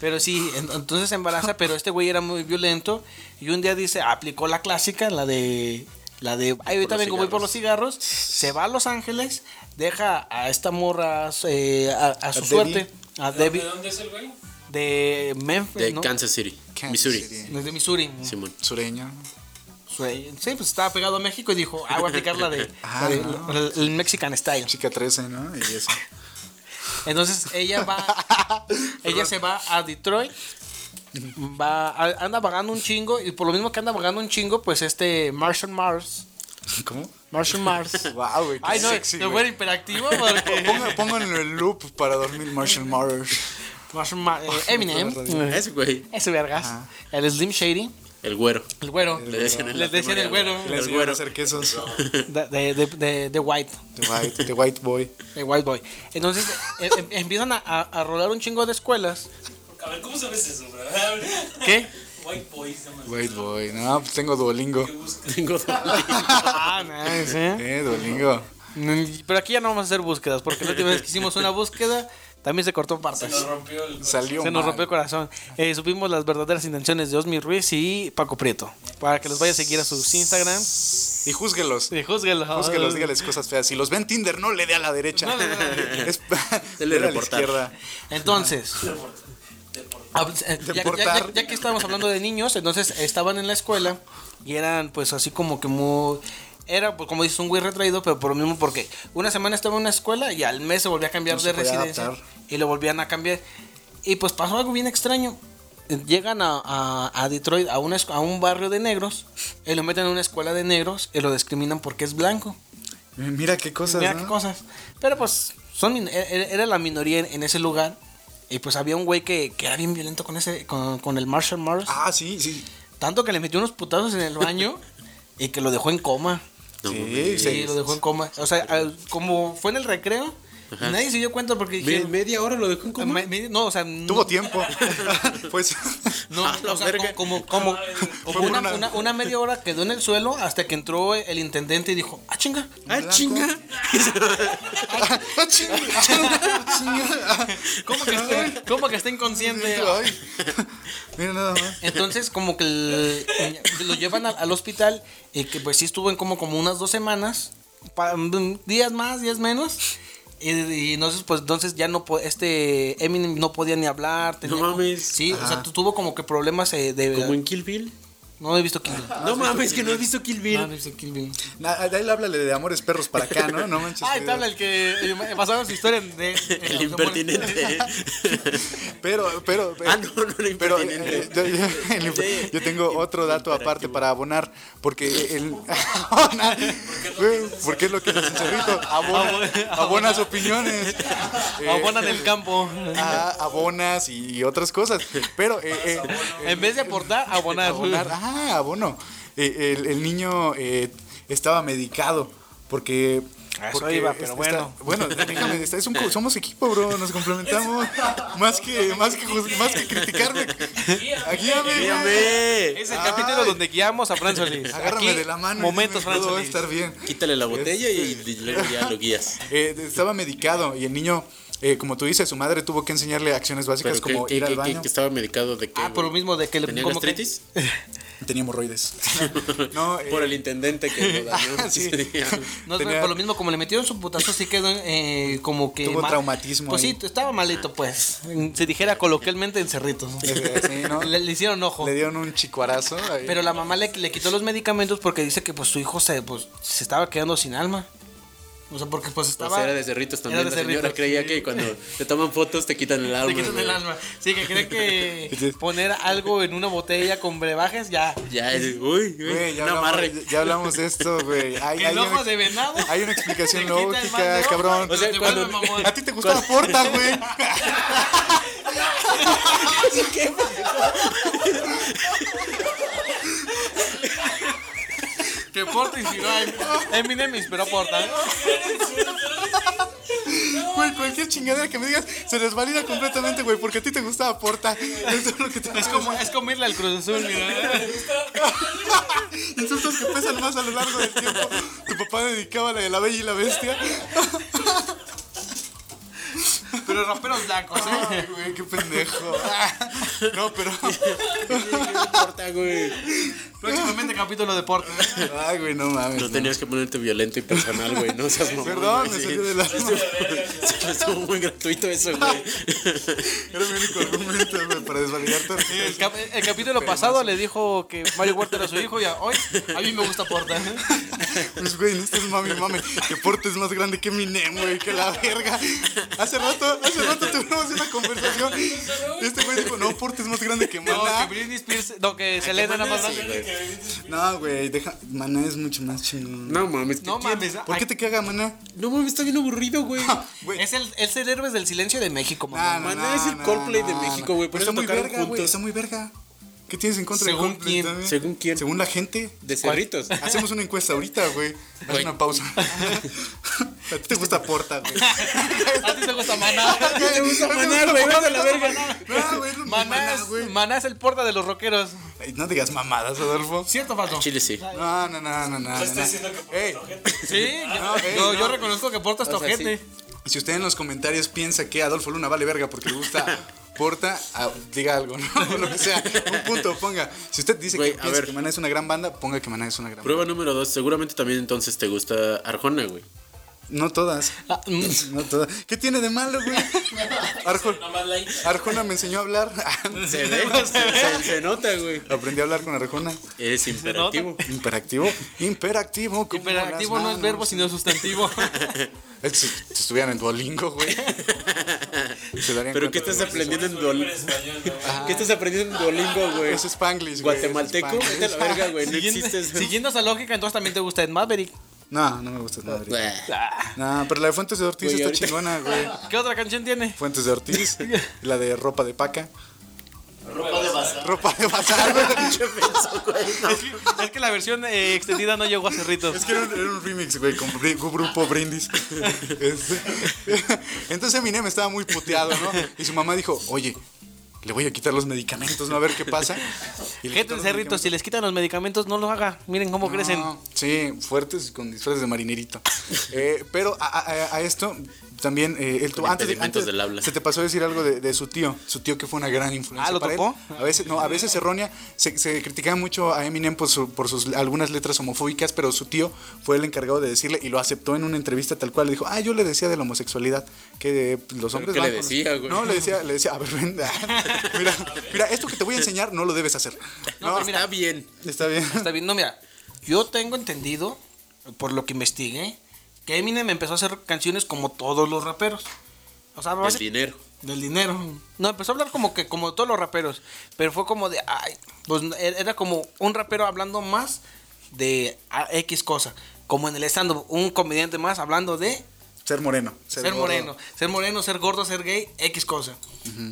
D: Pero sí, en- entonces se embaraza, pero este güey era muy violento. Y un día dice, aplicó la clásica, la de. La de. Ay, ahorita
E: los
D: vengo, voy por los cigarros. Se va a Los Ángeles, deja a esta morra eh, a, a su
C: Debbie.
D: suerte. A
F: ¿De
D: Debbie.
F: dónde es el güey?
D: De Memphis.
E: De
D: ¿no?
E: Kansas City,
C: Pues Kansas
E: Missouri.
C: City.
D: De Missouri.
E: Simón.
C: Sureño.
D: eh, sí, pues estaba pegado a México y dijo, ah, voy a aplicar la de, la de-
C: Ah,
D: la- el Mexican Style.
C: Chica 13, ¿no? Y eso.
D: Entonces ella va, ella se va a Detroit, va, a- anda vagando un chingo y por lo mismo que anda vagando un chingo, pues este Martian Mars,
C: *laughs* ¿Cómo?
D: Martian Mars.
C: Wow, güey. *laughs* qué
D: Ay, no,
C: sexy,
D: te
C: güey.
D: fuera hiperactivo. porque-
C: *laughs* Ponga- Pónganlo en loop para dormir Marshall
D: *laughs*
C: Matters.
D: Martian Mars, eh, Eminem,
E: Ese güey,
D: ese vergas, el Slim Shady,
E: el güero.
D: el güero,
E: Le decían en la
D: les decían el
E: primaria,
D: güero,
E: güey.
C: Les voy
E: El
C: a
E: güero. *laughs*
C: hacer quesos.
D: de, de, de- de- de White.
C: The White, the white Boy.
D: de White Boy. Entonces eh, em- empiezan a, a- a rolar un chingo de escuelas.
F: A ver, ¿cómo sabes eso, bro? A ver.
D: ¿Qué?
F: White boys, no mames.
C: White Boy. No, pues tengo Duolingo.
D: ¿Eh?
E: Tengo
D: Ah, nice, ¿eh?
C: Eh, Duolingo.
D: Mm, Pero aquí ya no vamos a hacer búsquedas, porque la última vez que hicimos una búsqueda también se cortó partes.
F: Nos rompió el.
C: Salió
D: Se nos
C: mal.
D: rompió el corazón. Eh, supimos las verdaderas intenciones de Osmi Ruiz y Paco Prieto. Para que los vaya a seguir a sus Instagrams.
C: Y júzguelos.
D: Y júzguenlos.
C: Júzguelos, dígales cosas feas. Si los ven Tinder, no le dé a la derecha.
D: No le dé a la derecha.
C: Es-
E: Dele
C: dele a la
E: reportar.
C: izquierda.
D: Entonces. hab- eh, ya- Ya,
C: Deportar.
D: ya- ya que estábamos hablando de niños, entonces estaban en la escuela y eran pues así como que muy... Era pues, como dices un güey retraído, pero por lo mismo porque una semana estaba en una escuela y al mes se volvía a cambiar
C: No
D: de
C: se podía
D: residencia
C: adaptar.
D: y lo volvían a cambiar. Y pues pasó algo bien extraño. Llegan a, a- a Detroit, a, una escu- a un barrio de negros, y lo meten en una escuela de negros y lo discriminan porque es blanco.
C: Mira qué cosas,
D: Mira
C: ¿no?
D: qué cosas. Pero pues, son, min- e- e- era la minoría en, en ese lugar. Y pues había un güey que, que era bien violento con ese con, con el Marshall Mars.
C: Ah, sí, sí.
D: Tanto que le metió unos putazos en
C: *laughs*
D: el baño y que lo dejó en coma.
E: No,
C: Sí,
E: mames.
D: Sí, lo dejó en coma. O sea, al- como fue en el recreo,
E: Ajá.
D: nadie se dio cuenta porque
E: Me-
D: dije.
E: media hora lo dejó en coma.
D: me- me- no, o sea, no-
C: Tuvo
D: *laughs*
C: tiempo. pues. *laughs*
D: No,
E: A la
D: o sea,
E: verga.
D: como, como,
C: Fue
D: como una,
C: una-
D: una- una media hora quedó en el suelo hasta que entró el intendente y dijo, ah, chinga. *laughs*
E: Ah,
C: blanco.
E: chinga.
C: Ah, chinga, chinga, chinga. *laughs*
D: ¿Cómo que está, cómo que está inconsciente?
C: Ay. *laughs* Mira nada más.
D: Entonces, como que el- lo llevan al, al hospital, y que pues sí estuvo en como, como unas dos semanas, pa- mm, días más, días menos. Y, y entonces, pues entonces ya no, po- este Eminem no podía ni hablar. tenía-
E: mames.
D: Sí, o sea,
C: Ajá.
D: tu- tuvo como que problemas eh, de...
E: Como en Kill Bill.
D: No he visto Kill Bill.
E: No mames, que no he visto Kill
D: No he
E: Bill.
D: visto Kill Bill.
C: Na- a él háblale de amores perros para acá, ¿no? No manches.
D: Ah,
C: cuidado.
D: te habla el que eh, basado en su historia de...
E: El impertinente.
C: Pero, pero, eh, pero-
E: *laughs* Ah, no, no era
C: pero,
E: impertinente.
C: eh, yo, *laughs* yo- el imp- yo tengo otro dato aparte para abonar, porque *laughs* el, abonar, güey, porque es lo que dice Cerrito, abona, abonas opiniones, eh,
D: Abonan el
E: *laughs*
D: campo.
C: ah, abonas y otras cosas, pero eh, eh,
D: En vez de aportar, abonar.
C: abonar, *laughs* ah, abono, Eh, el, el niño eh, estaba medicado porque
D: A eso iba, pero
C: está-
D: bueno.
C: Bueno, déjame, está- es un co- somos equipo, bro, nos complementamos. más que más que juz- más que criticarme. Guíame, güey.
E: Mírame.
D: Es el
C: Ay.
D: capítulo donde guiamos a Fran Solís.
C: *laughs* Agárrame
D: Aquí,
C: de la mano. y
D: Momentos,
C: dime,
D: Fran
C: todo va a
D: Solís.
C: estar bien.
E: Quítale la botella y y luego ya lo guías.
C: Eh, estaba medicado y el niño, eh, como tú dices, su madre tuvo que enseñarle acciones básicas
E: Pero
C: como
E: que,
C: ir al baño.
E: que estaba medicado de que.
D: Ah, por lo mismo de que le
E: ¿Tenía
D: como que-
E: gastritis?
C: Tenía hemorroides.
E: *laughs*
C: no, eh, Ah,
E: Por el intendente que
C: *laughs*
E: lo dañó.
C: sí.
D: No,
C: Tenía-
D: por lo mismo, como le metieron su putazo, sí quedó eh, como que.
C: Tuvo
D: ma-
C: traumatismo
D: Pues
C: ahí.
D: sí, estaba malito, pues. Se dijera coloquialmente en cerritos.
C: Sí, ¿no?
D: *laughs* le, le hicieron ojo.
C: le dieron un chicuarazo. ahí.
D: Pero la mamá le, le quitó los medicamentos porque dice que pues su hijo se, pues, se estaba quedando sin alma. O sea, porque pues
E: O
D: estaba.
E: sea, era de cerritos también.
D: Era de
E: la señora
D: Cerritos,
E: creía
D: sí.
E: que cuando te toman fotos te quitan el alma.
D: Te quitan el
E: güey.
D: alma. Sí, que cree que
C: *laughs* Sí.
D: poner algo en una botella con brebajes ya.
E: Ya, es- uy, uy,
C: Güey, ya,
E: un amarre.
C: hablamos,
E: *laughs*
C: ya hablamos de esto, güey. Hay- hay
D: El
C: una
D: ojo
C: ex-
D: de venado.
C: Hay una
D: Te *laughs*
C: explicación
D: quita el mal de
C: lógica,
D: ojo,
C: cabrón.
D: pero
E: O sea,
D: te
E: cuando-
D: vuelve mamón.
C: A ti te gusta la porta, *laughs* güey.
D: Que Porta inspiró *laughs* a Eminem inspiró a Porta.
C: Güey, cualquier chingadera que me digas se desvalida completamente, güey, porque a ti te gusta la porta. Eso es lo que te
D: Es como, es como irle al Cruz Azul, mira.
C: Insultos que pesan más a lo largo del tiempo. Tu papá dedicaba la de la bella y la bestia.
D: Pero raperos blancos, ¿eh?
C: Ay, güey, qué pendejo. No, pero.
E: No importa, güey.
D: *laughs* Próximamente capítulo deporte.
C: Ay, güey, no mames.
E: No
C: no.
E: tenías que ponerte violento y personal, güey. No seas mamón.
C: Perdón, me
E: güey, *laughs* sí.
C: salió del alma.
E: Se me estuvo muy gratuito eso, güey.
C: Era mi único argumento güey, para desvalidar tu
D: El, cap- el capítulo pasado le dijo que Mario Huerta era su hijo y a- hoy a mí me gusta Porta. ¿eh?
C: Pues, güey, no estés mami, mami. Que Porte es más grande que mi Nemo, güey, que la verga. Hace rato, hace rato tuvimos una conversación. Este güey dijo, no, Porte es más grande que
D: No, que
C: Maná.
D: Britney Spears, no, que Selena era más
E: Sí,
D: grande.
E: güey.
C: No, güey, deja. Maná es mucho más chingón.
E: No mames.
D: No mames,
C: ¿Por qué te caga Maná?
E: No mames, está bien aburrido,
C: *laughs*
E: güey.
C: Güey.
D: es el, es el héroe del silencio de México,
C: No,
D: mamá.
C: no,
E: Maná es el
C: no,
E: Coldplay
C: no,
E: de
C: no.
E: México, güey, por
C: Pero
E: eso
C: está muy
E: tocaron
C: verga, güey.
E: juntos.
C: Está muy verga. ¿Qué tienes en contra
D: ¿Según
C: de Coldplay
D: quién?
C: también?
E: ¿Según quién?
C: Según la gente.
E: De cerritos.
C: Hacemos una encuesta ahorita, güey. Haz
E: Güey.
C: una
E: *laughs*
C: pausa. *laughs* A ti te gusta Porta, güey.
D: A ti
C: *laughs*
D: te gusta Maná. *laughs*
C: te *laughs* gusta
E: Maná, güey, vete a la verga.
C: No, güey, no,
D: Maná
C: Maná,
D: es,
C: güey.
D: Maná es el Porta de los rockeros.
C: Ay, No digas mamadas, Adolfo.
D: ¿Cierto, Pato? Sí,
E: Chile
C: Ah,
E: sí.
C: No, no, no, no, no. no,
F: No Pues estoy
C: no.
F: diciendo que
C: Ey,
F: por gente.
D: yo,
C: No, ey,
D: yo- yo
C: no.
D: reconozco que Porta es
E: O sea,
D: tojete.
C: si usted en los comentarios piensa que Adolfo Luna vale verga porque le
F: *laughs*
C: gusta Porta, ah, diga algo, ¿no? *laughs* Lo que sea, un punto, ponga. Si usted dice
E: Güey,
C: que
E: a
C: piensa
E: ver.
C: que Maná es una gran banda, ponga que Maná es una gran banda.
E: Prueba número dos. Seguramente también entonces te gusta Arjona, güey.
C: No todas.
D: Ah, mm.
C: No todas. ¿Qué tiene de malo,
F: *laughs*
C: güey? Arjona.
F: Nada más like.
C: Arjona me enseñó a hablar. *laughs*
E: Se ve, se, se nota, güey.
C: Aprendí a hablar con Arjona.
E: Eres Ah, imperativo. *laughs*
C: Imperactivo. Imperactivo. como
D: Imperativo
C: las
D: no es
C: manos.
D: verbo, sino es *laughs* sustantivo.
C: Es que si, si estuvieran en Duolingo,
E: *laughs*
C: güey. se darían
E: Pero ¿qué
C: cuenta
E: estás
C: de-
E: aprendiendo en
F: Soy
E: Duolingo?
F: súper español, ¿no?
E: ¿Qué estás aprendiendo en Duolingo, güey?
C: Eso es Spanglish, güey.
E: ¿Guatemalteco?
C: Eso es
E: Vete a la
C: Spanglish.
E: verga, güey. No
D: Siguiendo-
E: existes, güey.
D: Siguiendo esa lógica, entonces también te gusta Ed Maverick.
C: *laughs* No, no me gusta nada. güey.
E: Bah.
D: Ah.
C: No, pero la de Fuentes de Ortiz
E: Güey,
C: está
E: ahorita-
C: chingona, güey.
D: ¿Qué otra canción tiene?
C: Fuentes de Ortiz, la de ropa de paca.
G: Ropa de bazar.
C: Ropa de bazar, güey.
D: Es que, es que la versión eh, extendida no llegó a Cerritos.
C: Es que era un, era un remix, güey, con bri- grupo brindis. Este, Entonces Eminem estaba muy puteado, ¿no? Y su mamá dijo, oye, le voy a quitar los medicamentos, ¿no? A ver qué pasa. Y le
D: Gente
C: quitó
D: de
C: los
D: Cerritos, si les quitan los medicamentos, no lo haga. Miren cómo crecen.
C: No, sí, fuertes y con disfraces de
D: *laughs*
C: marinerito. Eh, pero a, a- a esto también, eh, el tu-
E: Con
C: antes, de-
E: impedimentos
C: antes
E: del habla.
C: se te pasó a decir algo de, de su tío, su tío que fue una gran influencia.
D: Ah, ¿lo
C: para él.
D: topó?
C: A veces, no, a veces errónea, se, se criticaba mucho a Eminem por, su- por sus algunas letras homofóbicas, pero su tío fue el encargado de decirle y lo aceptó en una entrevista tal cual. Le dijo, ah, yo le decía de la homosexualidad, que eh, los hombres...
E: ¿qué le
C: van con los-
E: decía, güey?
C: No, le decía, le decía, a ver, ven, *laughs* mira, mira, esto que te voy a enseñar no lo debes hacer.
D: No,
C: No,
D: pero mira.
E: Está bien.
C: está bien.
D: Está bien, no, mira. Yo tengo entendido, por lo que investigué, que Eminem empezó a hacer canciones como todos los raperos. O sea,
E: El
D: basi-
E: dinero.
D: Del dinero. No, empezó a hablar como que como todos los raperos, pero fue como de, ay, pues er- era como un rapero hablando más de a- X cosa, como en el stand un comediante más hablando de
C: Ser moreno.
D: ser,
C: gordo.
D: moreno, ser moreno, ser gordo, ser gay, X cosa.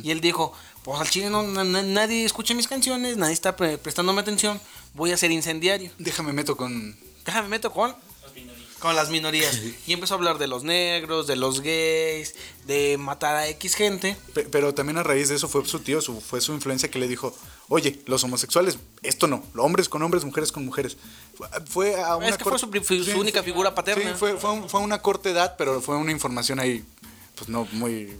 D: Y él dijo, pues al chile no, na- na- nadie escucha mis canciones, nadie está pre- prestándome atención, voy a ser incendiario.
C: Déjame meto con
D: Déjame meto con con las *laughs* minorías. Y empezó a hablar de los negros, de los gays, de matar a X gente.
C: Pe- Pero también a raíz de eso fue su tío, su- fue su influencia que le dijo, oye, los homosexuales, esto no, hombres con hombres, mujeres con mujeres. Fue- Fue a una
D: Es que fue su pri- su única figura paterna.
C: Sí, fue, fue, un- fue a una corta edad, pero fue una información ahí, pues no, muy...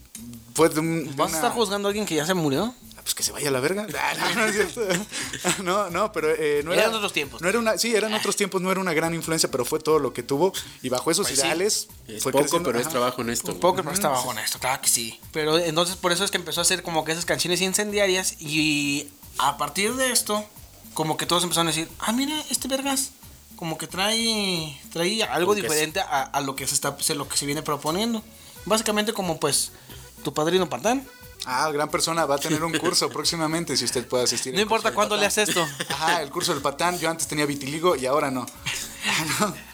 C: Fue de un- de
D: ¿Vas a
C: una-
D: estar juzgando a alguien que ya se murió?
C: Ah, Pues que se vaya a la verga. *laughs* Ah, No, no, es cierto. *laughs* no, no, pero eh, no era.
D: Eran otros tiempos. Ah.
C: No era una, sí, eran otros tiempos, no era una gran influencia, pero fue todo lo que tuvo. Y bajo esos
D: sí.
C: ideales.
E: Pues Es
C: fue
E: poco,
C: creciendo.
E: pero es
C: Ajá.
E: trabajo en esto.
D: Pues, Poker pero estaba honesto, claro que sí. Pero entonces por eso es que empezó a hacer como que esas canciones incendiarias y a partir de esto, como que todos empezaron a decir, ah, mira, este vergas, como que trae, trae algo
E: que es-
D: diferente a, a lo que se está, se- lo que se viene proponiendo. Básicamente como pues tu padrino Pantán.
C: Ah, gran persona, va a tener
D: *laughs*
C: un curso próximamente si usted puede asistir.
D: No importa cuándo leas esto. *laughs*
C: Ajá, el curso del patán. Yo antes tenía vitiligo y ahora no.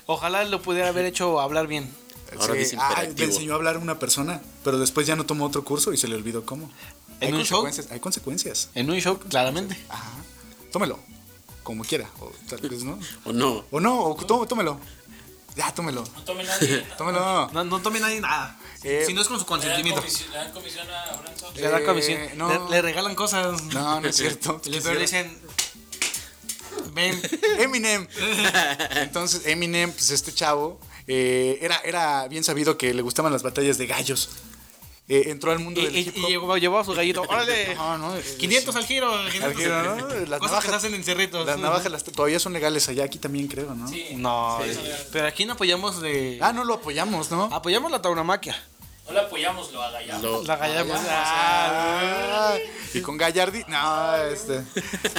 D: Ojalá lo pudiera haber hecho hablar bien.
E: Ahora dice
C: ah, le
E: imperativo.
C: enseñó a hablar a una persona, pero después ya no tomó otro curso y se le olvidó cómo. Hay
D: ¿En un show?
C: consecuencias. Hay consecuencias.
D: En un show, claramente.
C: Ajá. Tómelo, como quiera. O tal vez no.
E: ¿O no?
C: O no, o tó- tómelo. Ya, tómelo.
F: No tome nadie. *laughs*
C: Tómelo.
D: No, no tome nadie nada.
C: Eh,
D: si no es con su
F: Le dan
D: consentimiento.
F: comisión- le dan comisión a Branson.
D: Le dan
C: Eh,
D: comisión.
C: no.
D: Le, le regalan cosas.
C: No, no es cierto.
D: Y *laughs* le pero le dicen. Ven.
C: *laughs* Eminem. Entonces, Eminem, pues este chavo, eh, era, era bien sabido que le gustaban las batallas de gallos. eh, entró al mundo
D: Y,
C: del
D: y-
C: hip
D: y
C: hop.
D: llegó- llevó a su gallito. ¡Órale!
C: Ajá, *laughs* ¿no? Es-
D: 500 al giro. 500
C: Al giro, ¿no? Las
D: Cosas que
C: navajas-
D: se hacen en cerritos.
C: Las navajas las- todavía son legales allá, aquí también creo, ¿no?
F: Sí.
D: No, eh, pero aquí no apoyamos de.
C: Ah, no lo apoyamos, ¿no?
D: Apoyamos la tauromaquia.
F: No lo apoyamos, lo
E: *laughs*
F: agallamos.
E: Lo-
D: La gallamos.
C: Ah, y con Gallardi, no, este.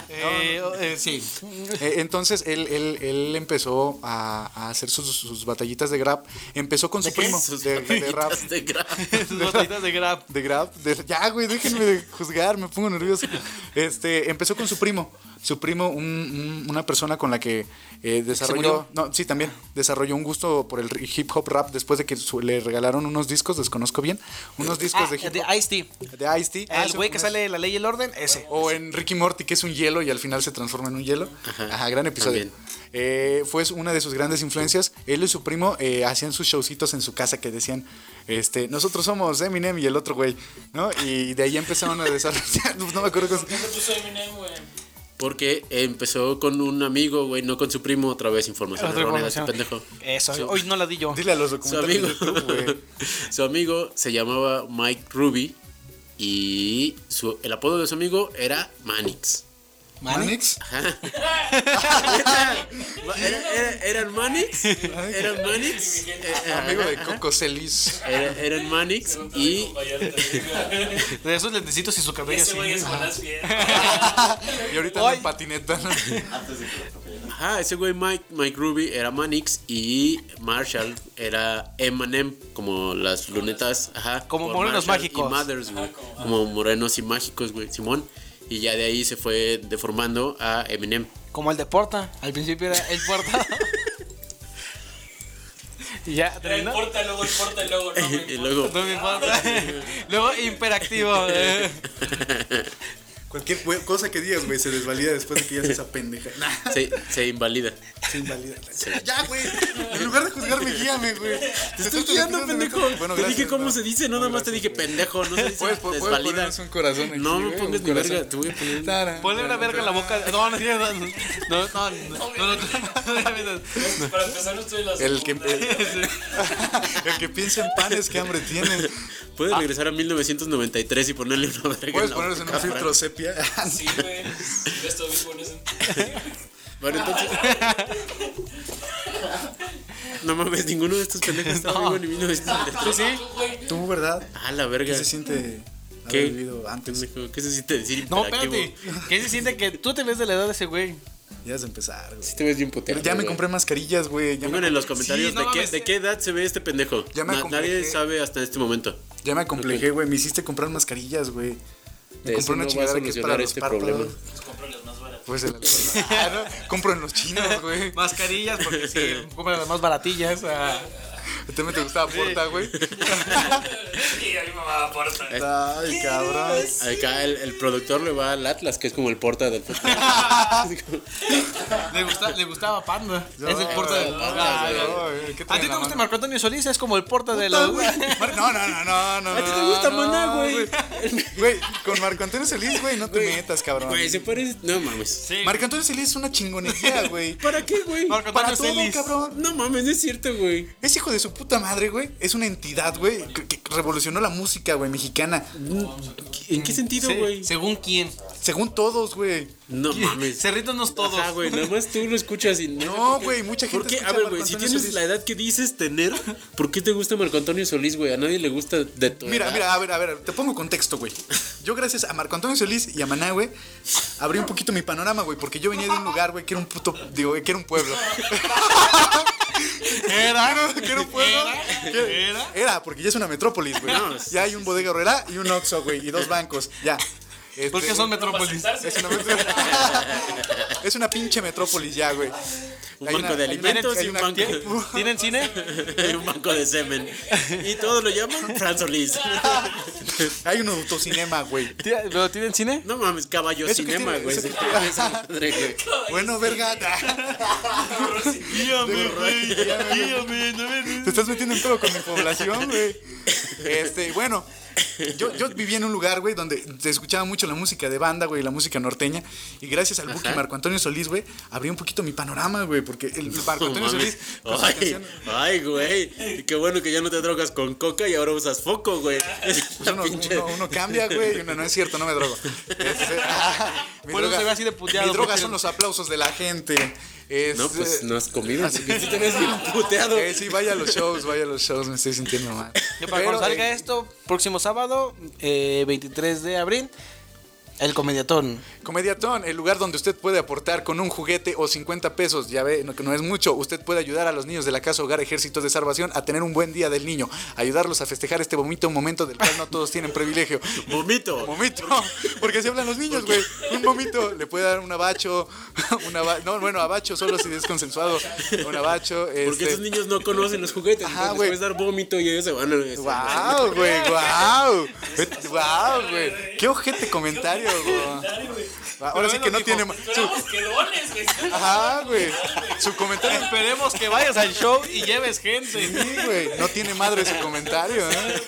D: Eh, eh, sí.
C: *laughs* Eh, Entonces él, él, él empezó a, a hacer sus, sus batallitas de grab. Empezó con su primo.
E: Sus
C: De, de, de rap.
E: papitas de graf.
D: Sus botellitas de grab.
C: De grab. de- ya, güey, déjenme de juzgar, me pongo nervioso. Este, empezó con su primo. Su primo, un- un- una persona con la que eh, desarrolló.
D: murió?
C: No, sí, también. Desarrolló un gusto por el hip hop rap después de que su- le regalaron unos discos, desconozco bien. Unos discos
D: Ah,
C: de hip
D: de
C: hop.
D: Ice-T.
C: De Ice-T. Ah,
D: El
C: sí,
D: güey que
C: con
D: sale de la ley y el orden, ese.
C: O en Ricky Morty, que es un hielo y al final se transforma en un hielo. Ajá, gran episodio.
E: también.
C: Eh, fue una de sus grandes influencias. Él y su primo eh, hacían sus showcitos en su casa que decían, este, nosotros somos Eminem y el otro güey, ¿no? Y de ahí empezaron a desarrollar, *laughs* no me acuerdo. cómo-
F: Yo soy Eminem, güey.
E: Porque empezó con un amigo, güey, no con su primo, otra vez información.
D: Otra
E: errónea,
D: información.
E: ese pendejo.
D: Eso,
E: Su-
D: hoy no la di yo.
C: Dile a los
E: Su
C: documentales
E: amigo,
C: de YouTube, güey.
E: *laughs* su amigo se llamaba Mike Ruby y su, el apodo de su amigo era Manix.
C: ¿Manix?
E: Ajá. Era- era- ¿Eran Manix? ¿Eran Manix? eh, ajá.
C: Amigo de Coco Celis.
E: Era- eran Manix y
D: De esos lentecitos y su cabello
F: Ese
D: así.
F: güey
D: *laughs*
F: es malas
C: Y ahorita anda en patineta. ¿no?
E: ajá, ese güey Mike, Mike Ruby era Manix y Marshall era Eminem, como las lunetas, ajá.
D: Como
E: por
D: morenos
E: Marshall
D: mágicos.
E: Y Mothers, güey. Como morenos y mágicos, güey, Simón. Y ya de ahí se fue deformando a Eminem.
D: Como el de Porta. Al principio era el Porta. *laughs* y ya
F: No
D: terminó.
F: importa, luego importa, luego no me
E: *laughs* y
F: importa.
E: luego...
D: No me importa. *laughs* Luego imperactivo. eh.
C: Cualquier güey- cosa que digas, güey, se desvalida después de que ya haces esa pendeja. Nah,
E: se, se invalida.
C: se invalida. Ya, güey. En lugar de juzgarme, guíame, güey. Te
E: Estoy quedando pendejo.
C: Bueno,
E: te
C: gracias,
E: dije cómo
C: no.
E: se dice, no, nada más te dije pendejo, no se dice
C: Puedes, puedes
E: desvalida.
C: ponernos un corazón aquí,
E: No me
C: güey,
E: pongas
C: un
E: ni
C: corazón.
E: verga, te voy a poner un-
C: Tara.
D: Ponle una verga en la boca. No, no, no, no, no, no, no, no, no, no.
F: Para empezar, no estoy en la
C: El que,
F: secundaria.
E: *laughs*
C: *laughs* el que piensa en panes, qué hambre tiene.
E: Puedes regresar a 1993 y ponerle una verga.
C: Ah. Puedes
E: la
C: ponerlos en
E: boca,
C: un filtro
E: Fran.
C: sepia. *laughs*
F: Sí, güey. Ya estoy bien con eso.
E: Bueno, entonces. No mames, ninguno de estos pendejos
C: *laughs*
E: está vivo ni 1993.
F: Tú, güey.
C: Tú, ¿verdad?
E: Ah, la verga.
C: ¿Qué se siente haber
E: ¿Qué?
C: vivido antes?
E: Pendejo, ¿Qué se siente decir
D: No,
E: hiperactivo?
D: espérate. ¿Qué se siente que tú te ves de la edad de ese güey?
C: Ya has de empezar, güey.
E: Sí te ves bien puteado.
C: Ya me
E: güey.
C: compré mascarillas, güey. Ya,
E: Pongan
C: me,
E: en los comentarios
D: Sí, no
E: de, qué,
D: mames.
E: de qué edad se ve este pendejo.
C: Ya me
E: Na-
C: compré.
E: nadie sabe hasta este momento.
C: ya me acomplejé, güey. Me hiciste comprar mascarillas, güey. Me
E: Eso
C: compré una
E: no va a
C: chingadera que es para
E: solucionar
C: los
E: este
C: párpados.
E: problema.
C: Pues el alcohol. *laughs* Ah, ¿no? Compro en los chinos, güey.
D: Mascarillas, porque *laughs* sí, compran las más baratillas. ah.
C: También te gustaba Porta,
E: *laughs*
C: güey.
F: Y ahí me va a aportar.
C: Ay, cabrón.
E: Acá el, el productor le va al Atlas, que es como el porta del fútbol.
D: *laughs*
C: *laughs*
E: Ah,
D: Le, gusta- le gustaba Panda. es el porta del
C: Ah,
D: Panda.
C: no, güey, ¿qué
D: ¿A ti
C: traen
D: te
C: la
D: gusta
C: mano?
D: Marco Antonio Solís? Es como el porta de la.
C: Mar- No, no, no, no, no.
E: ¿A ti te gusta
C: no,
E: Maná, güey?
C: Güey, con Marco Antonio Solís, güey, no te metas, cabrón.
E: Güey, se parece. No mames.
D: Sí.
C: Marco Antonio Solís es una chingonería, güey.
E: ¿Para qué, güey?
D: *laughs* Marco
C: Para
D: Antonio
C: todo,
D: Solís.
C: cabrón.
E: No mames, no es cierto, güey.
C: Es hijo de su puta madre, güey. Es una entidad, güey, que, que revolucionó la música, güey, mexicana.
E: ¿En
C: Mm,
E: qué sentido,
D: Sí,
E: güey?
D: Según quién.
C: Según todos, güey.
E: No mames.
D: Cerritos nos todos.
E: Ajá,
D: *laughs*
E: güey, nada más tú lo escuchas y no.
C: No, güey, mucha gente
E: ¿Por qué?
C: escucha
E: A ver,
C: Marco
E: güey, si
C: Antonio
E: tienes
C: Solís.
E: la edad que dices tener, ¿por qué te gusta Marco Antonio Solís, güey? A nadie le gusta de tu
C: Mira,
E: edad. *laughs*
C: mira, a ver, a ver, te pongo contexto, güey. Yo gracias a Marco Antonio Solís y a Maná, güey, abrí un poquito mi panorama, güey, porque yo venía de un lugar, güey, que era un puto, digo, güey, que era un pueblo. Era, que era un pueblo. Que- Era, porque ya es una metrópolis, güey.
E: No, sí,
C: ya hay un bodega horrera y un Oxxo, güey, y dos bancos, ya. Este,
E: Pues
D: ¿Por qué Pues son metrópolis?
C: es una,
E: *laughs*
C: metro- es una pinche metrópolis ya, güey.
E: Un
C: Hay
E: banco
C: una-
E: de
C: hay una-
E: alimentos
C: hay
E: y un
C: una-
E: banco
D: ¿Tienen cine?
E: de... un banco de semen. Y todos lo llaman Fran
C: *laughs*
E: Solís.
C: Hay un autocinema, güey.
D: ¿Ti- ¿Pero tienen cine?
E: No mames, caballo
C: Eso que
E: cinema,
C: tiene-
E: güey.
C: eso
E: se
C: que
E: te
C: tiene-
E: ve esa madre, güey.
C: *laughs* Bueno, verga.
D: *laughs* Guíame,
C: güey,
D: Guíame, no me
C: Te estás metiendo en todo con mi población, güey. Este, bueno, Yo, yo vivía en un lugar, güey, donde se escuchaba mucho la música de banda, güey, la música norteña. Y gracias al Buki Marco Antonio Solís, güey, abrí un poquito mi panorama, güey, porque el Marco Antonio
E: No
C: Solís.
E: mames.
C: con sus
E: Ay,
C: canciones-
E: ay, güey. Qué bueno que ya no te drogas con coca y ahora usas foco, güey. Es
C: Pues
E: *laughs* la
C: uno,
E: pinche-
C: uno- uno cambia, güey. y Uno, no es cierto, no me drogo. Este, mi
D: Por eso se ve así de puteado,
C: Mi droga
D: porque-
C: son los aplausos de la gente. Es,
E: No, pues no has comido.
C: así
E: Así
C: que-
E: que sí
C: *laughs*
E: te ves bien puteado.
C: eh, sí, vaya a los shows, vaya a los shows, me estoy sintiendo mal.
D: Ya para cuando
C: Pero,
D: salga
C: eh,
D: esto, próximo sábado, eh, 23 de abril, el comediatón.
C: Comediatón, el lugar donde usted puede aportar con un juguete o 50 pesos, ya ve, no, que no es mucho, usted puede ayudar a los niños de la casa Hogar Ejércitos de Salvación a tener un buen día del niño, ayudarlos a festejar este bonito momento del cual no todos tienen privilegio.
E: Vomito.
C: Momito, porque así hablan los niños, güey. Un momito le puede dar un abacho, *laughs* un aba- no, bueno, abacho solo si es consensuado, un abacho.
E: Porque
C: este-
E: esos niños no conocen los juguetes.
C: Ajá,
E: entonces
C: güey.
E: les puedes dar vómito y ellos se van a. *laughs*
C: Wow, güey, wow, wow, güey. Qué ojete comentario, güey.
F: Dale, güey.
C: Ahora sí que no tiene. ma- su-
F: Esperamos que dones, güey.
C: Ajá, güey. Su comentario
D: Esperemos que vayas al show y lleves gente.
C: Sí, güey. No tiene madre su comentario, ¿eh?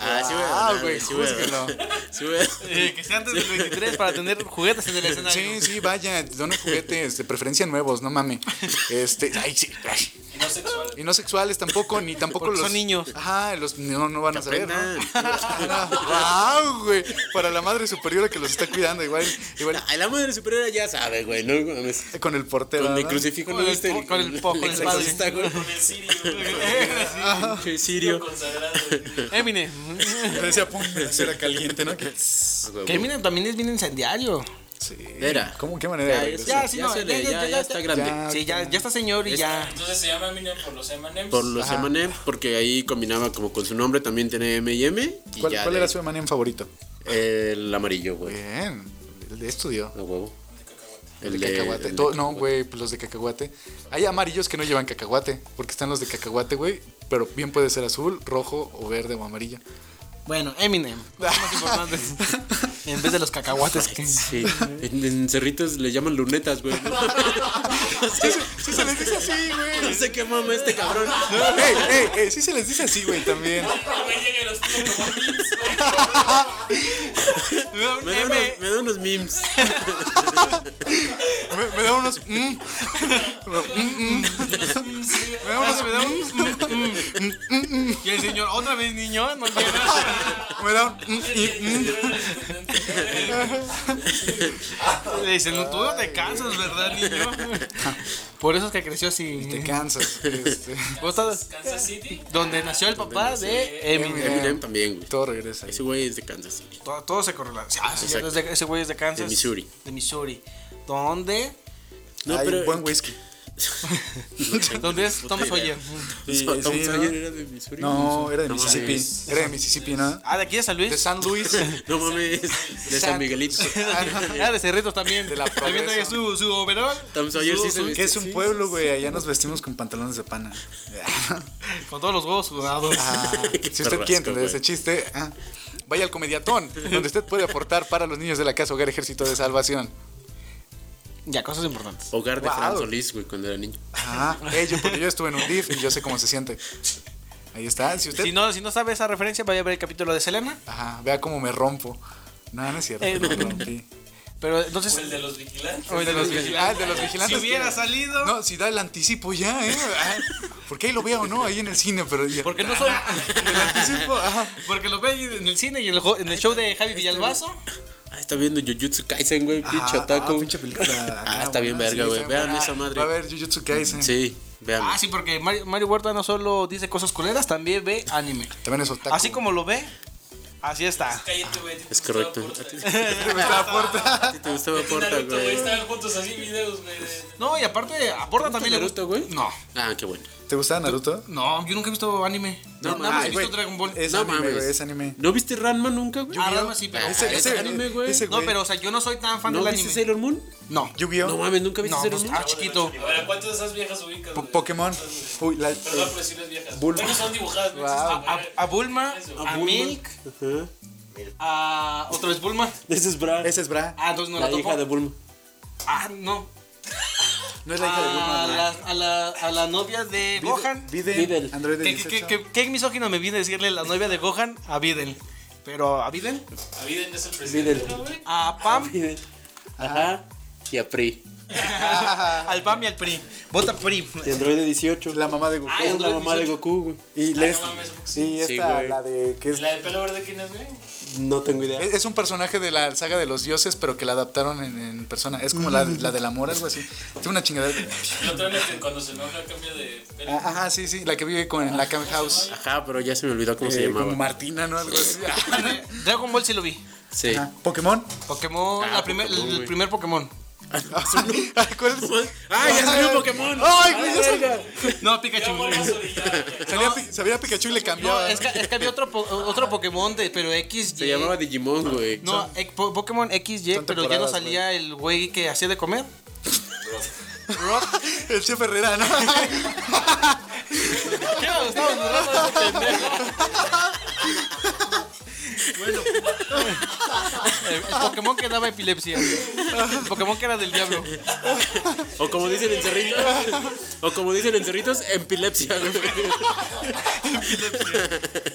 E: Ah, sí, güey.
C: Ah, güey,
E: sí, güey.
C: júzguelo.
E: Sí, güey.
D: que sea antes del 23 para tener juguetes en el escenario.
C: Sí, sí, vaya, donen juguetes, de preferencia nuevos, no mames. Este, ay, sí, ay.
F: Y no sexual.
C: Y no sexuales tampoco, ni tampoco
D: Porque
C: los.
D: son niños.
C: Ajá, los no, no van a saber, ¿no?
E: aprendan.
C: ¡Wow, güey! Para la madre superiora que los está cuidando, igual, igual
E: A la madre superiora ya sabe, güey. No mames.
C: con el portero.
E: Con mi
C: ¿no?
E: crucifijo no
D: Con el
E: viste.
D: po- con el po- con el
E: exorcista, güey.
F: Con el sirio.
E: Pinche sirio.
F: Consagrado.
D: Eh, Eminem.
C: Le decía, pum, era caliente, ¿no? Que-
D: Que Eminem también es bien incendiario.
C: Sí.
E: Era.
C: ¿Cómo qué manera de
E: Ya,
C: regresar?
E: ya,
D: sí,
E: ya
D: no,
E: se
D: ya,
E: le-
D: ya,
E: ya-
D: ya,
E: ya está
D: ya.
E: grande.
C: Ya,
D: Sí, ya, ya está señor y ya.
F: Entonces se llama Eminem por los M&M's.
E: Por los M&M, porque ahí combinaba como con su nombre, también tenía M y M. y
C: ¿Cuál,
E: ya
C: cuál
E: de-
C: era su Eminem favorito?
E: El amarillo, güey.
C: Bien, el de estudio.
E: A huevo.
C: El de cacahuate.
E: el de
C: To- no, güey, pues los de cacahuate. Hay amarillos que no llevan cacahuate, porque están los de cacahuate, güey. Pero bien puede ser azul, rojo o verde o amarillo.
D: Bueno, Eminem. Cosas más importantes. En vez de los cacahuates que.
E: Sí. En, en Cerritos le llaman lunetas,
F: *laughs*
E: güey. No sé,
C: Sí, *laughs* se les dice así,
E: no
C: güey.
E: sé qué mama este cabrón.
C: *laughs* Ey, ey, ey, sí se les dice así, güey, también.
F: Ah, Güey, llega y los pide como Eminem, güey.
E: Me da, unos, me da unos memes.
C: Me, me da *laughs* unos. mm. Mm, mm. Me da unos. mm. Me da
D: Y el señor, otra vez niño,
C: *laughs*
D: no
C: un. Me da un. mm, y, mm.
D: Le dicen, tú no te cansas, ¿verdad, niño? Por eso es que creció así.
C: Te cansas. este,
D: ¿Vos
F: Kansas City.
D: Donde nació el papá de
C: Eh.
D: Eminem.
E: Eminem también, güey.
C: todo regresa. ahí.
E: Ese güey es de Kansas City.
D: Todo, todo se correlaciona. Ah, sí,
E: Exacto.
D: es de- ese güey es de Kansas.
E: De Missouri.
D: De Missouri. Donde,
E: No,
C: Hay
E: pero.
C: buen whisky.
D: donde es Tom Sawyer.
C: Sí,
E: Tom
C: sí, ¿no?
E: Sawyer era de Missouri.
C: No, era de
E: No mames.
C: Mississippi. Era de Mississippi, ¿no?
D: Ah, de aquí de San
C: De
D: Luis.
C: San Luis.
E: No mames. De San Miguelito.
D: *laughs* Ah, de Cerritos también.
C: De la
D: también trae
C: Progreso.
D: su, su overall
E: Tom Sawyer sí se
C: Que
E: viste.
C: es un pueblo, güey. Allá nos vestimos con pantalones de *laughs* pana.
D: con todos los huevos sudados.
C: Ah, *laughs*
E: Qué
C: si usted
E: perrasco,
C: quiere entender
E: güey.
C: ese chiste, ah, vaya al comediatón, donde usted puede aportar para los niños de la casa Hogar Ejército de Salvación.
D: Ya, cosas importantes.
E: Hogar de
C: Wow.
E: Fran Solís, güey, cuando era niño.
C: Ah, ello, porque yo estuve en un DIF y yo sé cómo se siente. Ahí está. Si usted.
D: Si no, si no sabe esa referencia, vaya a ver el capítulo de Selena.
C: Ajá, vea cómo me rompo. No, no es cierto.
D: Eh,
C: me
D: no.
C: rompí.
D: Pero
F: O
D: entonces.
F: el de los vigilantes.
D: o el de los
C: Ah, el de los
D: Si
C: vigilantes.
D: hubiera salido.
C: No, si da el anticipo ya, ¿eh? Ah, Porque ahí lo veo, ¿no? Ahí en el cine, pero. ya. Ah,
D: Porque no soy.
C: El anticipo, ajá.
D: Porque lo ve en el cine y en el, jo- en el show de
E: Este
D: Javi Villalbazo.
E: Ah, está viendo Jujutsu Kaisen, güey. *laughs* Pinche
C: Ah,
E: otaku.
C: ah, pinche película.
E: Ah, está bien
C: buena,
E: verga,
C: sí,
E: güey.
C: está
E: Vean
C: buena.
E: esa madre.
C: Va a ver Jujutsu Kaisen.
E: Sí, vean.
D: Ah, sí, porque Mario, Mario Huerta no solo dice cosas culeras, también ve anime.
C: También es otaku. *laughs*
D: Así como lo ve, así está.
F: Cállate, güey.
E: Es correcto.
F: Estaba
E: *laughs*
F: por-
C: Me estaba puerta.
E: ¿A ti te eh. gustaba Porta,
F: Naruto, güey.
E: güey?
F: Estaban juntos así videos, güey. de- de-
D: No, y aparte, a Porta también le gusta.
E: Naruto, güey?
D: No,
E: Ah, qué bueno.
C: ¿Te gustaba Naruto?
D: no, yo nunca he visto anime.
E: No,
D: No, pues, nada más
E: mames,
D: he visto
E: güey.
D: Dragon Ball.
C: Ah, Es
E: No
C: anime,
E: mames.
C: güey, es anime.
E: ¿No viste Ranma nunca, güey?
D: Ah, Ranma sí, pero.
E: ese-
D: Ah,
E: ese- anime, güey.
C: ese
D: No, pero o sea, yo no soy tan fan
E: ¿No
D: del
E: viste
D: anime.
E: Sailor Moon?
D: No.
C: Yu-Gi-Oh.
E: No mames, ¿nunca viste
D: No,
E: Sailor
D: pues,
E: Moon?
D: ah, chiquito.
F: A ver, ¿a ¿cuántas de esas viejas ubican?
C: Po- Pokémon. Uy, la. eh,
F: Perdón, pero sí las viejas.
C: Bulma.
F: Bueno, son dibujadas, no
C: Wow.
F: existen,
D: A,
F: güey.
D: a Bulma, a,
E: Bulma.
D: Milk,
E: Ajá.
D: a. Otra vez Bulma.
E: Ese es Bra.
C: Ese es Bra.
D: Ah, entonces no la,
E: la
D: topo.
E: hija de Bulma.
D: Ah, no.
C: No es la hija de
D: a
C: Batman.
D: la, a, la, a la novia de Gohan.
C: Biden,
E: Biden.
C: Android
D: ¿Qué, qué, qué,
C: 18.
D: qué- qué misógino me viene a decirle la novia de Gohan a Biden? Pero a Biden,
F: A Biden es el presidente,
E: Biden.
F: ¿no, güey?
D: a Pam,
E: Ajá. Y a Pri.
D: al Pam y al PRI. Vota PRI.
E: Y Android 18.
C: La mamá de Goku.
E: es la mamá de Goku, güey.
C: y
F: Ah,
C: les-
F: no mames, ¿a poco sí?
C: y esta,
E: Sí, güey.
C: la de... Que es,
F: ¿La de pelo verde quién es, güey?
E: No tengo idea.
C: es- es un personaje de la saga de los dioses, pero que la adaptaron en, en persona. Es como la, la del amor, algo así. Tiene una chingadera.
F: No traen la que cuando se enoja cambia de pelo.
C: Ah, Ajá, sí, sí. La que vive con, en la Cam House.
E: Ajá, pero ya se me olvidó cómo se
C: Eh, como
E: llamaba.
C: Martina, ¿no? Algo
D: *laughs*
C: así.
D: Dragon Ball sí lo vi.
E: Sí.
C: Ajá. Pokémon.
D: Pokémon,
E: Ah,
D: la primer-
E: Pokémon,
D: el
E: güey.
D: primer Pokémon.
C: Ay, ¿cuál es?
E: ¡Ah, ya salió Pokémon!
C: Ay, güey, ya salió.
D: No, Pikachu.
F: Vamos a orillar, güey.
C: Salía, Pi- salía Pikachu y le
D: No,
C: cambiaba.
D: es, que, es que había otro, po- otro Pokémon, de, pero X,
E: Se llamaba Digimon, güey.
D: No, eh, po- Pokémon XY,
C: son
D: pero ya no
C: temporadas,
D: salía el güey que hacía de
F: *laughs*
D: comer.
C: *laughs* El chef Herrera, ¿no?
D: ¿Qué me gustaba? *laughs* El, el Pokémon que daba epilepsia. El Pokémon que era del diablo.
E: O como dicen en Cerritos. o como dicen en Cerritos, epilepsia, güey.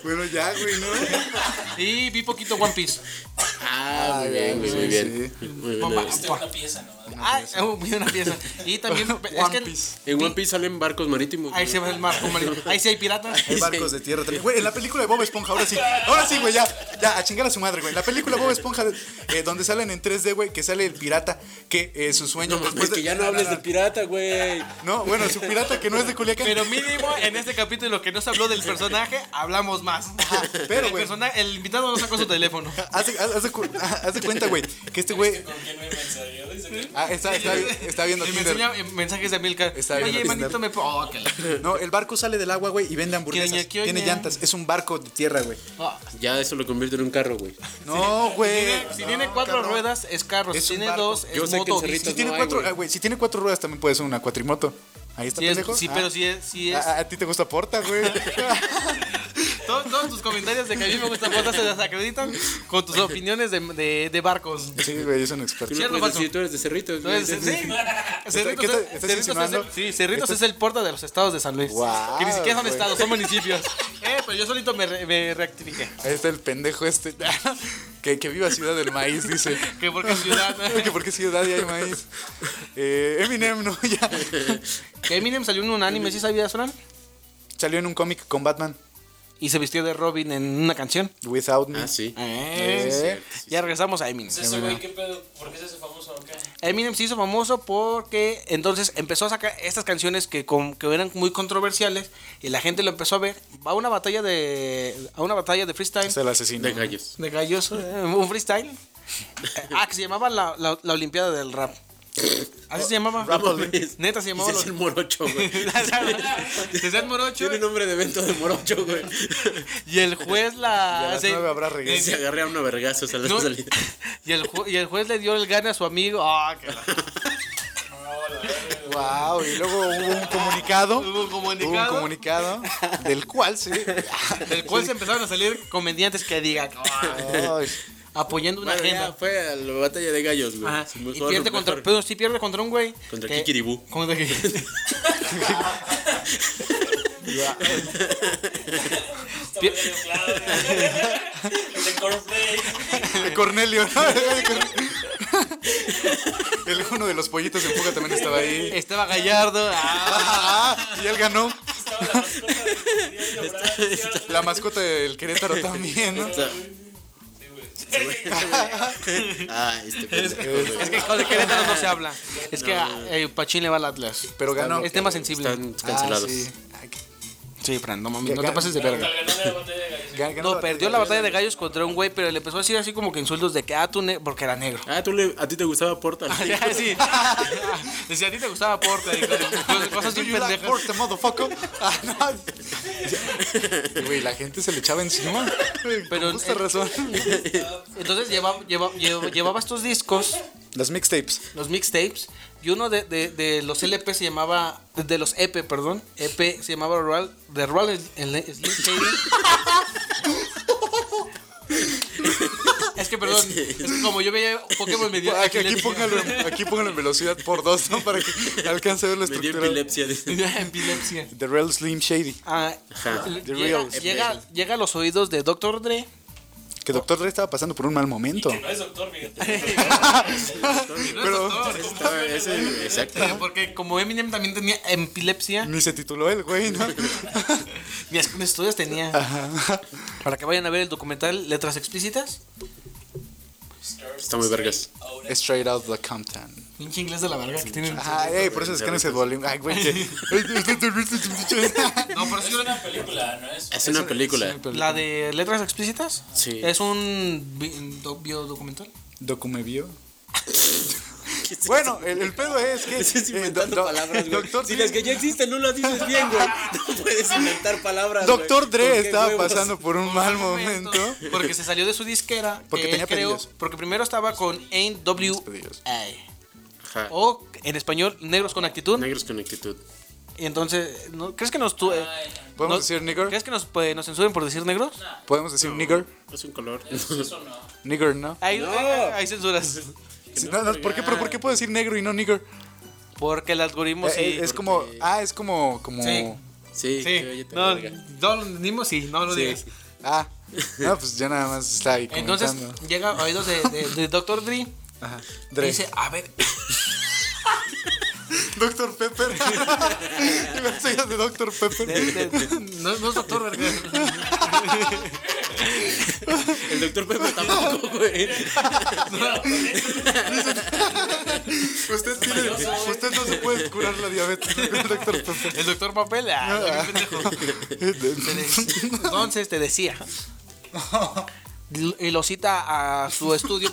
C: bueno, ya, güey, ¿no?
D: Y vi poquito One Piece.
E: Ah, muy bien, güey,
C: sí,
E: muy bien. Muy bien.
D: Bomba.
F: Esta es una pieza, ¿no?
D: Ah, eh, vi una pieza. Y también. es que
C: One Piece.
E: En One Piece salen barcos marítimos.
D: Ahí se ve el mar. como le- Ahí sí hay piratas.
C: Hay barcos de tierra también. Güey, en la película de Bob Esponja, ahora sí. Ahora sí, güey, ya. Ya, a chingar a su madre, güey. La película Bob Esponja, eh, donde salen en 3D, güey, que sale el pirata, que eh, su sueño.
E: No mames,
C: después de-
E: que ya no hables de pirata, güey.
C: *laughs* No, bueno, su pirata que no es de Culiacán.
D: Pero mínimo en este capítulo que no se habló del personaje, hablamos más.
C: pero,
D: el,
C: güey.
D: persona- el invitado no sacó su teléfono.
C: Haz de, haz- haz de cu- *laughs* haz de cuenta, güey, que este güey.
F: ¿Con quién me mensajeó? Dice que-
C: Ah, está, está, está viendo
D: Y me
C: Tinder.
D: enseña eh, mensajes de Milka.
C: Está bien,
D: Oye,
C: Tinder.
D: manito, me. Oh,
C: *laughs*
D: que la-
C: No, el barco sale del agua, güey, y vende hamburguesas.
D: Quioña, quioña.
C: Tiene llantas. Es un barco de tierra, güey.
D: Ah.
E: Ya eso lo convierte en un carro, güey.
C: No, güey.
D: Tiene- si
C: No,
D: tiene cuatro
C: cabrón.
D: ruedas, es carro.
C: Es
D: Si
C: un
D: tiene
C: barco.
D: dos, es
E: Yo sé que
D: moto.
E: en
C: Si
D: bici.
E: Cerritos
C: tiene
E: no hay,
C: cuatro,
E: güey.
C: ah, güey, si tiene cuatro ruedas también puede ser una cuatrimoto. Ahí está
D: Sí, es-
C: pendejo.
D: sí,
C: Ah.
D: pero sí es. Sí es.
C: A, a- a ti te gusta Porta,
D: *laughs*
C: güey.
D: Todos, todos tus comentarios de que a mí me gusta fotos se desacreditan con tus opiniones de, de- de barcos.
C: sí, güey, es un experto.
E: Tú no
D: ¿Cierto o
E: puedes
D: falso?
E: decir, tú eres de Cerritos, güey.
D: Entonces, sí. Cerritos,
C: qué te-
D: es-
C: estás
D: Cerritos es,
C: insinuando?
D: el, sí, Cerritos es el porta de los estados de San Luis.
C: Guau,
D: que ni siquiera son
C: güey.
D: estados, son municipios. *laughs* Eh, pero yo solito me, re- me rectifiqué.
C: Ahí está el pendejo este. *laughs* que, que viva Ciudad del Maíz, dice.
D: Que porque ciudad.
C: *laughs* que porque ciudad y hay maíz. Eh, Eminem, ¿no? *laughs* Ya.
D: que Eminem salió en un anime, ¿sí sabías, Fran?
C: Salió en un cómic con Batman.
D: Y se vistió de Robin en una canción.
C: Without Me.
E: *laughs* Ah, sí.
D: Eh,
C: Eh,
D: ya regresamos a Eminem.
F: ¿Es ese güey qué pedo? ¿Por qué se hace famoso o qué?
D: Eminem se hizo famoso porque entonces empezó a sacar estas canciones que, con- que eran muy controversiales y la gente lo empezó a ver. Va a una batalla de a una batalla de freestyle
C: Es el asesino.
E: De gallos.
D: de gallos, eh, un freestyle. Ah, que se llamaba la, la- la Olimpiada del Rap. Así se llamaba.
E: Ramones.
D: Neta se llamaba.
E: Ese es el
D: *laughs*
E: morocho, güey.
D: César Morocho
E: *laughs* Tiene nombre de evento de morocho, güey.
D: y el
C: *laughs*
D: juez la.
C: Y a las
D: se-
C: nueve habrá reggae.
E: Se agarra a una vergazos a la
C: *laughs*
D: no,
E: salida.
D: y, el ju- y el juez le dio el gane a su amigo. Ah, que la-
C: Wow, y luego hubo un comunicado.
D: Hubo un comunicado.
C: Hubo un comunicado del cual
D: *laughs*
C: se.
D: del cual se empezaron a salir comediantes que digan. "Ah",
C: Ay,
D: apoyando *laughs* una
E: Bueno,
D: agenda.
E: ya pues, fue a la batalla de gallos, güey.
D: Ajá,
E: Su
D: Y
E: mejor-
D: pierde contra,
E: mejor.
D: pero sí pierde contra un güey.
E: Contra
D: que-
E: Kikiribú.
D: Contra
E: *laughs*
D: Kikiribú.
F: Está medio *laughs* claro, *laughs* güey. El de Cornflakes.
C: de Cornelio. ¿no? El uno de los pollitos en fuga también estaba ahí.
D: Estaba Gallardo.
C: Ah,
D: ah,
C: y él ganó.
F: Estaba la mascota de Miguel Llobrán, ¿cierto?
C: La mascota del Querétaro también, ¿no?
F: Sí, güey.
E: *laughs* Ah, este pendejo, güey.
D: es que con el Querétaro no se habla. Es que ah, eh, Pachín le va al Atlas.
C: Pero ganó.
D: Es tema sensible.
E: Están
C: Ah,
E: cancelados.
C: sí. Ay, que-
D: Sí, Fran, no mames, no te
C: gan-
D: pases de
F: Pero
D: verga.
F: ganó la batalla de gallos.
C: gan- ganó
D: No, perdió la batalla de gallos contra un güey, pero le empezó a decir así como que insultos de que ah, tú ne- porque era negro.
E: Ah, tú le, a ti te gustaba Portal. *laughs*
D: Ya, sí. Decía, a ti te gustaba Porta. y
C: *laughs*
D: cosas- Cosas
C: Do
D: bien
C: you like
D: pendejas.
C: pork, the motherfucker? Ah, no. Güey, la gente se le echaba encima.
D: Pero-
C: Pero eh, justa razón.
D: Entonces llevaba, lleva- lleva- llevaba estos discos
C: Las mixtapes.
D: los mixtapes y uno de, de- de los LP se llamaba de los EP perdón EP se llamaba Royal de Royal Slim Shady. es que perdón perdón. Es que como yo veía Pokémon
E: *laughs*
D: me dio
C: Aquí, aquí
D: epilepsia.
C: póngalo, en- aquí póngalo en velocidad por dos, ¿no? Para
E: *laughs*
C: que alcance a ver la
E: Me dio
C: estructura.
E: epilepsia. dice.
D: *laughs* Me dio epilepsia.
C: The Real Slim Shady.
D: Ah,
E: Ajá.
C: The
D: llega,
C: Reals.
D: llega, llega a los oídos de Dr. Dre.
C: Que Doctor Dre estaba pasando por un mal momento.
F: Que no es doctor, fíjate. *laughs*
C: *laughs* Pero
E: Estaba- ese- exacto.
D: Porque como Eminem también tenía epilepsia,
C: ni se tituló el güey,
E: *laughs*
C: ¿no?
D: mis mis estudios tenía.
C: Ah. Ajá.
D: Para que vayan a ver el documental Letras Explícitas.
E: Está muy vergas.
C: Straight out the Compton.
D: Pinche inglés de la verga que tienen.
C: Ajá, eh, ey, por eso les ese Duolingo. Ay, güey,
E: *laughs*
C: que.
D: No, pero sí,
F: Una película, ¿no es?
E: Es una película.
D: la de Letras Explícitas
E: Sí.
D: es un bi- do- biodocumental.
C: Documevio. Bueno, el, el pedo es que.
E: Estás
C: eh,
E: inventando
C: do- do-
E: palabras, güey.
C: Doctor
E: Si
C: Dre-
E: las que ya existen no las dices bien,
C: *laughs*
E: güey. No puedes inventar palabras. güey.
C: Doctor
E: ¿Con
C: Dre
E: qué
C: estaba
E: huevos?
C: pasando por un mal momento.
D: Porque se salió de su disquera.
C: *laughs* Porque
D: que
C: tenía
D: él creó-
C: pedidos.
D: Porque primero estaba con
C: pedidos.
D: NWA.
E: Ajá.
D: O en español, Negros con Actitud.
E: Negros con actitud.
D: Y entonces, ¿no? ¿crees que nos tu- eh,
C: ¿Podemos
D: no-
C: decir nigger?
D: ¿Crees que nos, pues, nos censuren por decir negros?
C: ¿Podemos decir nigger?
E: Es un color.
C: Nigger, ¿no?
D: Hay,
E: No.
D: hay-
C: *laughs*
D: hay censuras.
C: Sí, no, no, ¿por, qué, pero ¿Por qué puedo decir negro y no nigger?
D: Porque el algoritmo
C: Eh,
D: sí.
C: eh, es como. Ah, es como. como
D: Sí.
E: *laughs* Sí,
D: Sí,
E: que oye, te
D: no,
E: verga.
D: no lo entendimos sí, no lo
E: Sí.
D: digas.
C: Ah, no, pues ya nada más está ahí.
D: *laughs* Entonces
C: comentando.
D: llega a oídos de, de, de Dr. Dre y
C: Ajá. Dre.
D: dice, a ver,
C: *laughs* Doctor Pepper.
D: *laughs*
C: y me enseñas de Doctor
D: de-
C: Pepper. *laughs*
D: de- este, no, no es doctor, verga.
E: El doctor Pepe tampoco, *laughs* güey.
C: Usted, tiene, usted no se puede curar la diabetes *laughs* con Doctor
D: *laughs*
C: Pepper.
D: El doctor papel, ah, bien pendejo. Entonces te decía. Y lo cita a su estudio.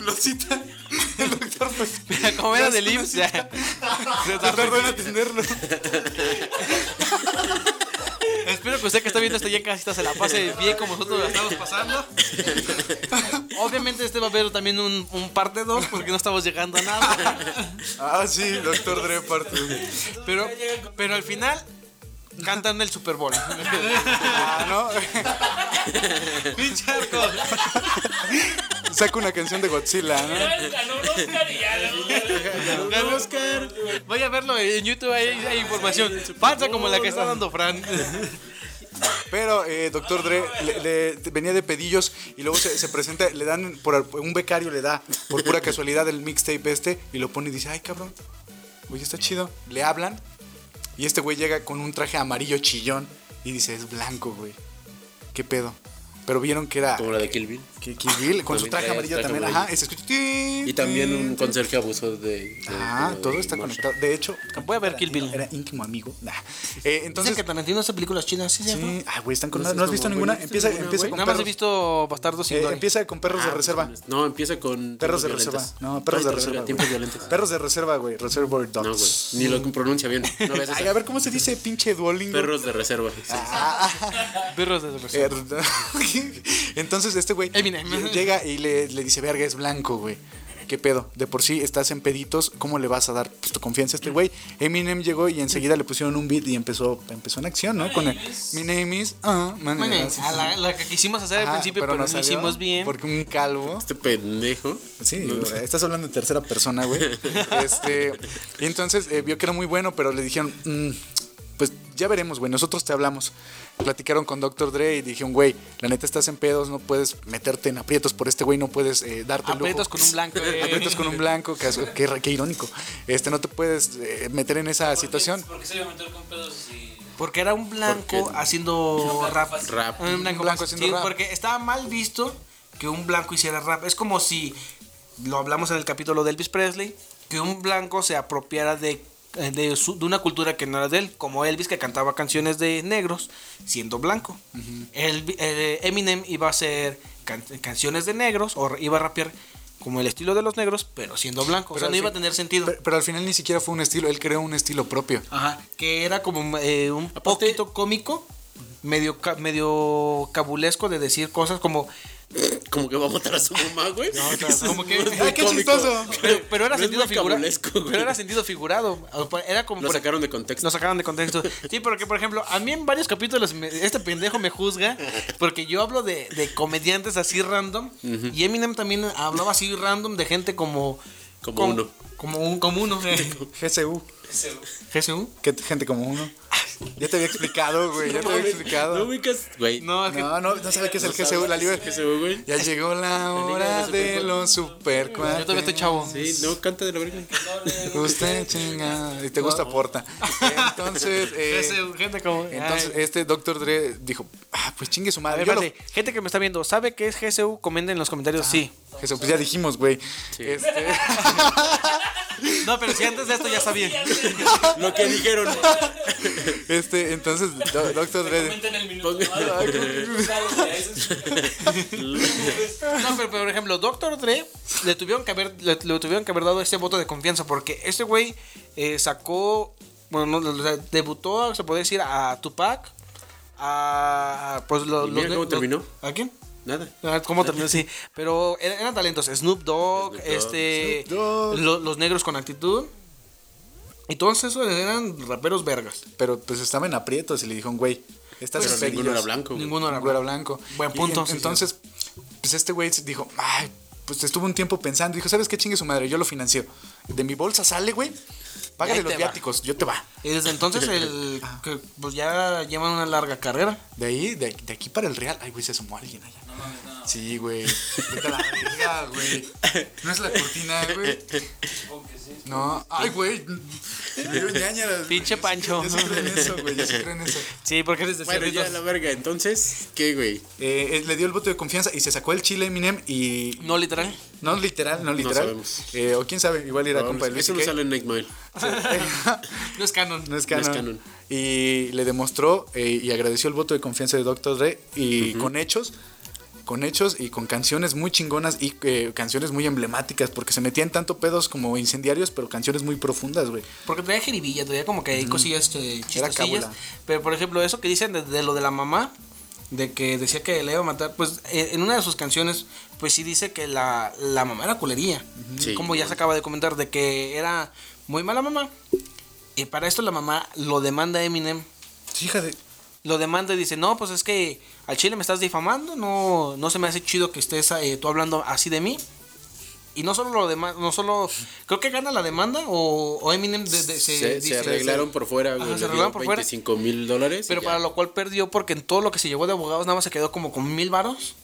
C: *laughs* Lo cita el Doctor Pepper.
D: Como era del IMSS. ya.
C: Se tardó en atenderlo.
D: Espero que usted que está viendo esto ya en casita se la pase bien como nosotros la
C: *laughs*
D: estamos pasando. Obviamente este va a haber también un, un parte 2 porque no estamos llegando a nada.
C: Ah, sí, Doctor Dre parte. uno.
D: Pero, pero al final cantan el Super *laughs* Bowl.
C: Ah,
D: Pinche arco.
C: ¿no? *laughs* Saca una canción de Godzilla, ¿no?
F: Ya ganó un Oscar y ya ganó.
D: Oscar. Vaya a verlo en YouTube, ahí hay información. Panza como la que está dando Fran.
C: Pero eh, Doctor Dre le- le- te- venía de pedillos y luego se, se presenta, le dan, por al- un becario le da, por pura casualidad, el mixtape este y lo pone y dice, ay cabrón, oye, está chido. Le hablan y este güey llega con un traje amarillo chillón y dice, es blanco, güey. ¿Qué pedo? Pero vieron que era
E: Como la de Kill Bill.
C: que Kill Bill, con su
E: También
C: traje
E: trae
C: amarillo
E: traje
C: también,
E: amarillo.
C: ajá, y se escucha, tin,
E: Y también
C: tin,
E: un
C: tin.
E: conserje abusó de. de-
C: Ah,
E: de-
C: todo
E: de
C: está
E: Marshall.
C: conectado. De hecho,
D: Voy a ver Kill Bill.
C: era íntimo amigo. Nah. Eh, entonces,
D: Dicen que Tarantino hace películas chinas, ¿sí, cierto?
C: sí, ay, güey, están con
E: No sé,
C: ¿No has
E: como,
C: visto
E: güey,
C: ninguna?
E: ¿no has
C: Empieza,
E: visto ninguna,
C: empieza
E: güey?
C: con
D: Nada más he
C: perros.
D: visto Bastardos sin
C: Eh,
D: Gloria.
C: empieza con
E: Ah,
C: perros de reserva.
E: No, empieza con.
C: Perros de
E: pues, violentos.
C: reserva. No, perros de
E: Ay, te verga,
C: reserva.
E: Tiempos
C: güey.
E: violentos.
C: Perros de reserva, güey. Reservoir Dogs. *laughs*
E: No, güey. Ni lo
D: *laughs*
E: pronuncia bien. No ves
C: Ay, a ver cómo se dice pinche Duolingo.
E: Perros de reserva. Sí, sí.
C: Ah. *laughs*
D: Perros de reserva.
C: Eh, Entonces este güey
D: Eminem.
C: llega y le, le dice, verga, es blanco, güey. ¿Qué pedo? De por sí estás en peditos, ¿cómo le vas a dar pues, tu confianza a este güey? Eminem llegó y enseguida le pusieron un beat y empezó, empezó en acción, ¿no? Con el My name is... ah, my name
D: Bueno,
C: is-
D: a la, la que quisimos hacer al
C: Ajá,
D: principio, pero, no
C: salió
D: hicimos bien.
C: Porque un calvo...
E: Este pendejo.
C: Sí, o sea, estás hablando en tercera persona, *laughs* güey. Este, y entonces eh, vio que era muy bueno, pero le dijeron, "Mm, pues ya veremos, güey, nosotros te hablamos. Platicaron con Dr. Dre y dijeron, güey, la neta estás en pedos, no puedes meterte en aprietos por este güey, no puedes eh, darte el lujo".
D: Aprietos con un blanco, *laughs* eh.
C: Aprietos con un blanco, que, que, que irónico. Este, no te puedes eh, meter en esa situación.
F: ¿Por qué se iba a meter con pedos si
D: Porque era un blanco
E: Porque-
D: haciendo rap.
E: Rap.
D: Un blanco,
C: Un blanco
D: fácil.
C: haciendo
D: Sí,
C: rap.
D: Porque estaba mal visto que un blanco hiciera rap. Es como si, lo hablamos en el capítulo de Elvis Presley, que un blanco se apropiara de, eh, de, su- de una cultura que no era de él. Como Elvis que cantaba canciones de negros siendo blanco. Elvi- eh, Eminem iba a hacer can- canciones de negros o iba a rapear como el estilo de los negros, pero siendo blanco. o sea,
C: al
D: no iba a
C: fin-
D: tener sentido.
C: Pero, pero al final ni siquiera fue un estilo, él creó un estilo propio.
D: Ajá, que era como eh, un
E: Aparte-
D: poquito cómico, medio, ca- medio cabulesco de decir cosas como
E: como que va a matar a su mamá, güey.
D: *laughs*
C: como que,
E: Es muy
C: ¡ay, qué
E: cómico. *laughs*
C: chistoso!
D: Ah, Pero, pero era
E: No es
D: sentido
E: muy
D: figurado.
E: cabulesco, güey.
D: Pero era sentido figurado. Era como
E: Lo
D: por-
E: sacaron de contexto.
D: Lo sacaron de contexto. Sí, porque por ejemplo, a mí en varios capítulos me- este pendejo me juzga porque yo hablo de, de comediantes así random y Eminem también hablaba así random de gente como
E: Como
D: com-
E: uno.
D: Como un como
E: *laughs*
D: uno. eh.
C: GCU,
D: GSU.
C: que gente como uno. Ya te había explicado, güey, ya te había
E: No
C: explicado.
E: ubicas, güey.
D: No, es que
C: No, no, no sabe qué es el
E: No sabes
C: GCU, la
E: qué es el
C: libre.
E: GCU, güey.
C: Ya llegó la hora de los supercuates.
D: yo todavía estoy chavo.
E: Sí, no, canta de la verga.
C: Usted chinga. Y te gusta Porta. Entonces, eh,
D: GSU, gente como
C: entonces
D: ay.
C: este Dr. Dre dijo, ah, pues chingue su
D: A
C: madre.
D: ver,
C: Yo lo-
D: espérate, gente que me está viendo, ¿sabe qué es GSU? Comenten en los comentarios sí.
C: Jesús, pues ya dijimos, güey. Este,
D: *laughs*
C: *laughs*
D: No, pero si antes de esto ya sabía.
E: Lo que dijeron.
C: este, entonces, Do- Dr. Dre.
F: Comenta en el minuto.
E: Ponga-
D: *laughs* No, pero, pero, por ejemplo, Doctor Dre le tuvieron que haber, le, le tuvieron que haber dado ese voto de confianza porque este güey eh, sacó, bueno, no, o sea, debutó, se puede decir, a Tupac, a, a, pues lo-
E: Y mira
D: los-
E: cómo
D: los-
E: terminó.
D: ¿A quién?
E: Nada.
D: Ah, ¿Cómo terminó? Sí, pero eran, eran talentos. Snoop Dogg,
E: Snoop Dogg.
D: este,
C: Snoop Dogg.
D: lo- los negros con actitud. Y todos esos eran raperos vergas.
C: Pero pues estaba en aprietos y le dijeron, güey, estás
E: Pero
C: en
E: ninguno era
C: peligro".
E: blanco. güey.
D: Pues, Ninguno era
C: Ninguno era
D: blanco.
C: blanco.
D: Buen
C: Y
D: punto,
C: en-
D: sí,
C: entonces, pues este güey dijo, ay, pues estuvo un tiempo pensando. Dijo, ¿sabes qué chingue su madre? Yo lo financio. De mi bolsa sale, güey. Págale
D: Ahí te
C: los
D: va.
C: viáticos, yo te va.
D: Y desde entonces, el, que, pues ya llevan una larga carrera.
C: De ahí, de, de aquí para el Real. Ay, güey, se sumó alguien allá. No mames, no. Sí, güey. Vete a la verga, güey. No es la cortina, güey. No. Ay, güey. Me dio ñaña.
D: Pinche Pancho.
C: Yo sí creo en eso, güey. Yo sí creo en eso.
D: Sí, porque eres de
E: Bueno, ya
D: Cerritos.
E: la verga. Entonces, ¿qué, güey?
C: Eh, él le dio el voto de confianza y se sacó el chile Eminem y...
D: No literal.
C: No literal, no literal.
E: sabemos.
C: Eh, o quién sabe, igual era compa de Luis.
E: Eso no
C: CK. *laughs*
E: sale en Night Mile.
D: No es canon.
C: No es canon.
E: canon.
C: Y le demostró eh, y agradeció el voto de confianza de Dr. Dre y con hechos, con hechos y con canciones muy chingonas y eh, canciones muy emblemáticas porque se metían tanto pedos como incendiarios, pero canciones muy profundas, güey.
D: Porque traía jeribilla, traía como que hay cosillas eh, chistosillas.
C: cábula.
D: Pero por ejemplo, eso que dicen de, de lo de la mamá, de que decía que le iba a matar, pues eh, en una de sus canciones, pues sí dice que la, la mamá era culería.
E: Sí.
D: Como ya se acaba de comentar, de que era muy mala mamá. Y para esto la mamá lo demanda a Eminem.
C: Hija de
D: Lo demanda y dice, no, pues es que al chile me estás difamando, no, no se me hace chido que estés eh, tú hablando así de mí. Y no solo lo demás, no solo. Creo que gana la demanda o, o Eminem de- de- se,
E: Se, se
D: dice-
E: arreglaron por fuera,
D: Ajá,
E: güey.
D: se arreglaron por fuera.
E: 25 mil dólares. y
D: Pero
E: ya.
D: para lo cual perdió porque en todo lo que se llevó de abogados nada más se quedó como con mil varos.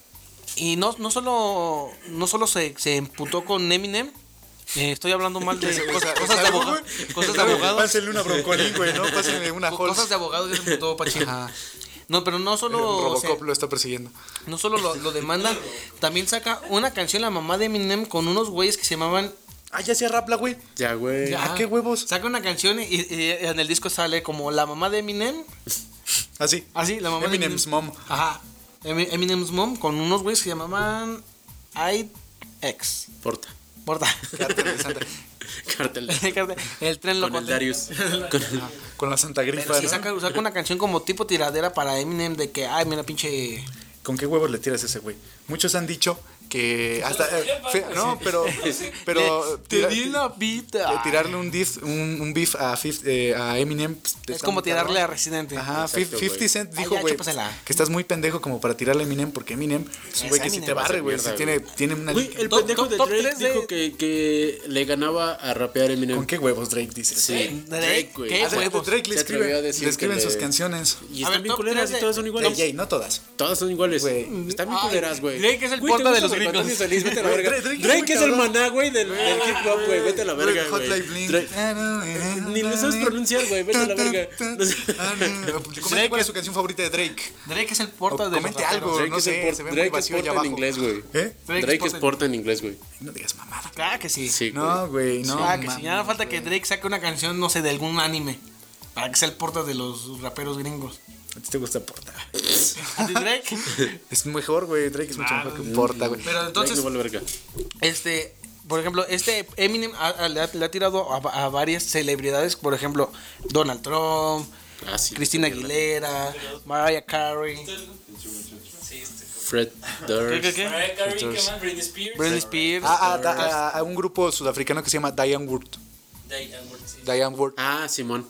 D: Y no, no solo, no solo se, se emputó con Eminem. eh, estoy hablando mal de cosas, cosas de abogados. Cosas de abogados.
C: Pásenle una broncolín, güey, ¿no? Pásenle una Holz.
D: *laughs* Cosas de abogados ya se emputó Pachi. No, pero no solo. se-
C: Eh, Robocop lo está persiguiendo.
D: no solo lo, lo demandan, también saca una canción la mamá de Eminem con unos güeyes que se llamaban.
C: Ah, ya se rapla, güey.
E: Ya, güey.
C: Ya. ¿a qué huevos?
D: Saca una canción y, y en el disco sale como la mamá de Eminem.
C: Así.
D: Así, la mamá
C: Eminem's
D: de
C: mom.
D: Ajá. Emi- Eminem's mom con unos güeyes que se llamaban IX.
E: Porta.
D: Porta. *laughs*
C: Cartel de Santa.
E: *laughs* Cartel.
D: el tren
E: Con
D: loco.
E: el Darius. *laughs* Con el-
C: Con la Santa Grifa,
D: Sí,
C: ¿no?
D: saca, saca una canción como tipo tiradera para Eminem de que, ay, mira, pinche.
C: ¿Con qué huevos le tiras a ese güey? Muchos han dicho que hasta eh, fe- no,
E: *laughs*
C: pero pero
D: Le-
C: tira-
D: te di la vida.
C: de tirarle un diff, un, un beef a, Fif- eh, a Eminem. pues, te
D: es
C: está
D: como
C: muy cabrón.
D: tirarle a Residente.
C: Ajá, Fif-
E: Exacto,
C: 50
E: güey.
C: Cent
D: Ay,
C: dijo,
D: ya,
C: güey,
D: chúpasela.
C: que estás muy pendejo como para tirarle a Eminem, porque Eminem es un güey que
D: Eminem,
C: sí te barre,
E: hace
C: güey, sí
E: mierda,
C: tiene, tiene una...
E: Güey, el
D: Top-
E: pendejo
D: top-
E: de
D: top
E: Drake
D: tres de-
E: dijo que, que le ganaba a rapear Eminem.
C: ¿Con qué huevos Drake dice?
E: Sí.
D: Drake,
E: güey.
D: ¿qué?
C: Ah, Drake,
D: huevos?
C: Drake le
E: Se atrevió
C: escribe,
E: a decir
C: le escriben
E: que le-
C: sus canciones.
E: Y
D: A
E: están
D: ver,
E: bien
D: top
E: culeras
D: tres
E: y
D: de-
E: todas son iguales.
C: Ey, ey, no todas.
E: Todas son iguales.
C: Güey.
E: Están bien culeras, güey.
D: Drake es el
E: Güey, te
D: porta de
E: gusta
D: los
E: San
D: gringos.
E: Antonio Solís, vete a la verga.
C: Drake- Drake es
E: Drake
C: muy
E: es el
C: cabrón.
E: maná, güey, del, del hip hop, güey. Vete a la verga,
C: Hot Life Ah,
E: güey.
C: Blink.
E: Drake-
C: eh,
E: Ni lo sabes pronunciar, güey, vete a la *laughs* verga. No sé.
C: Ah, no. Comenta cuál es su canción favorita de Drake.
D: Drake es el
C: O
D: porta de.
C: comente
D: raperos.
C: algo,
E: Drake
C: no
E: es el
C: sé,
E: por-
C: se ve muy
E: Drake es
C: vacío allá
E: porta en
C: abajo.
E: inglés, güey.
C: ¿Eh?
E: Drake es
D: porta en-
E: porta en inglés, güey.
C: No digas mamada.
D: Claro que sí.
E: Sí,
C: No,
E: güey.
C: güey, no.
D: claro Ah, que sí.
C: mames.
D: Ya no falta que Drake saque una canción, no sé, de algún anime. Para que sea el porta de los raperos gringos.
C: A ti te gusta Porta.
D: ¿A ti, Drake?
C: Es mejor, güey. Drake es mucho mejor que Porta, güey.
D: Ah, Pero
E: Drake
D: entonces,
E: no vale verga.
D: este. Por ejemplo, este Eminem ha- ha- le, ha, le ha tirado a, a varias celebridades. Por ejemplo, Donald Trump,
E: Ah, sí.
D: Cristina Aguilera, Mariah Carey.
E: Fred
D: ¿Qué, qué,
E: Durst.
D: qué?
F: Mariah Carey, ¿qué más? Britney Spears.
D: Britney Spears.
C: A, a- Ah, da- a- a un grupo sudafricano que se llama Diane Ward.
F: Diane Wood, sí.
C: Diane Ward.
E: Ah, Simón.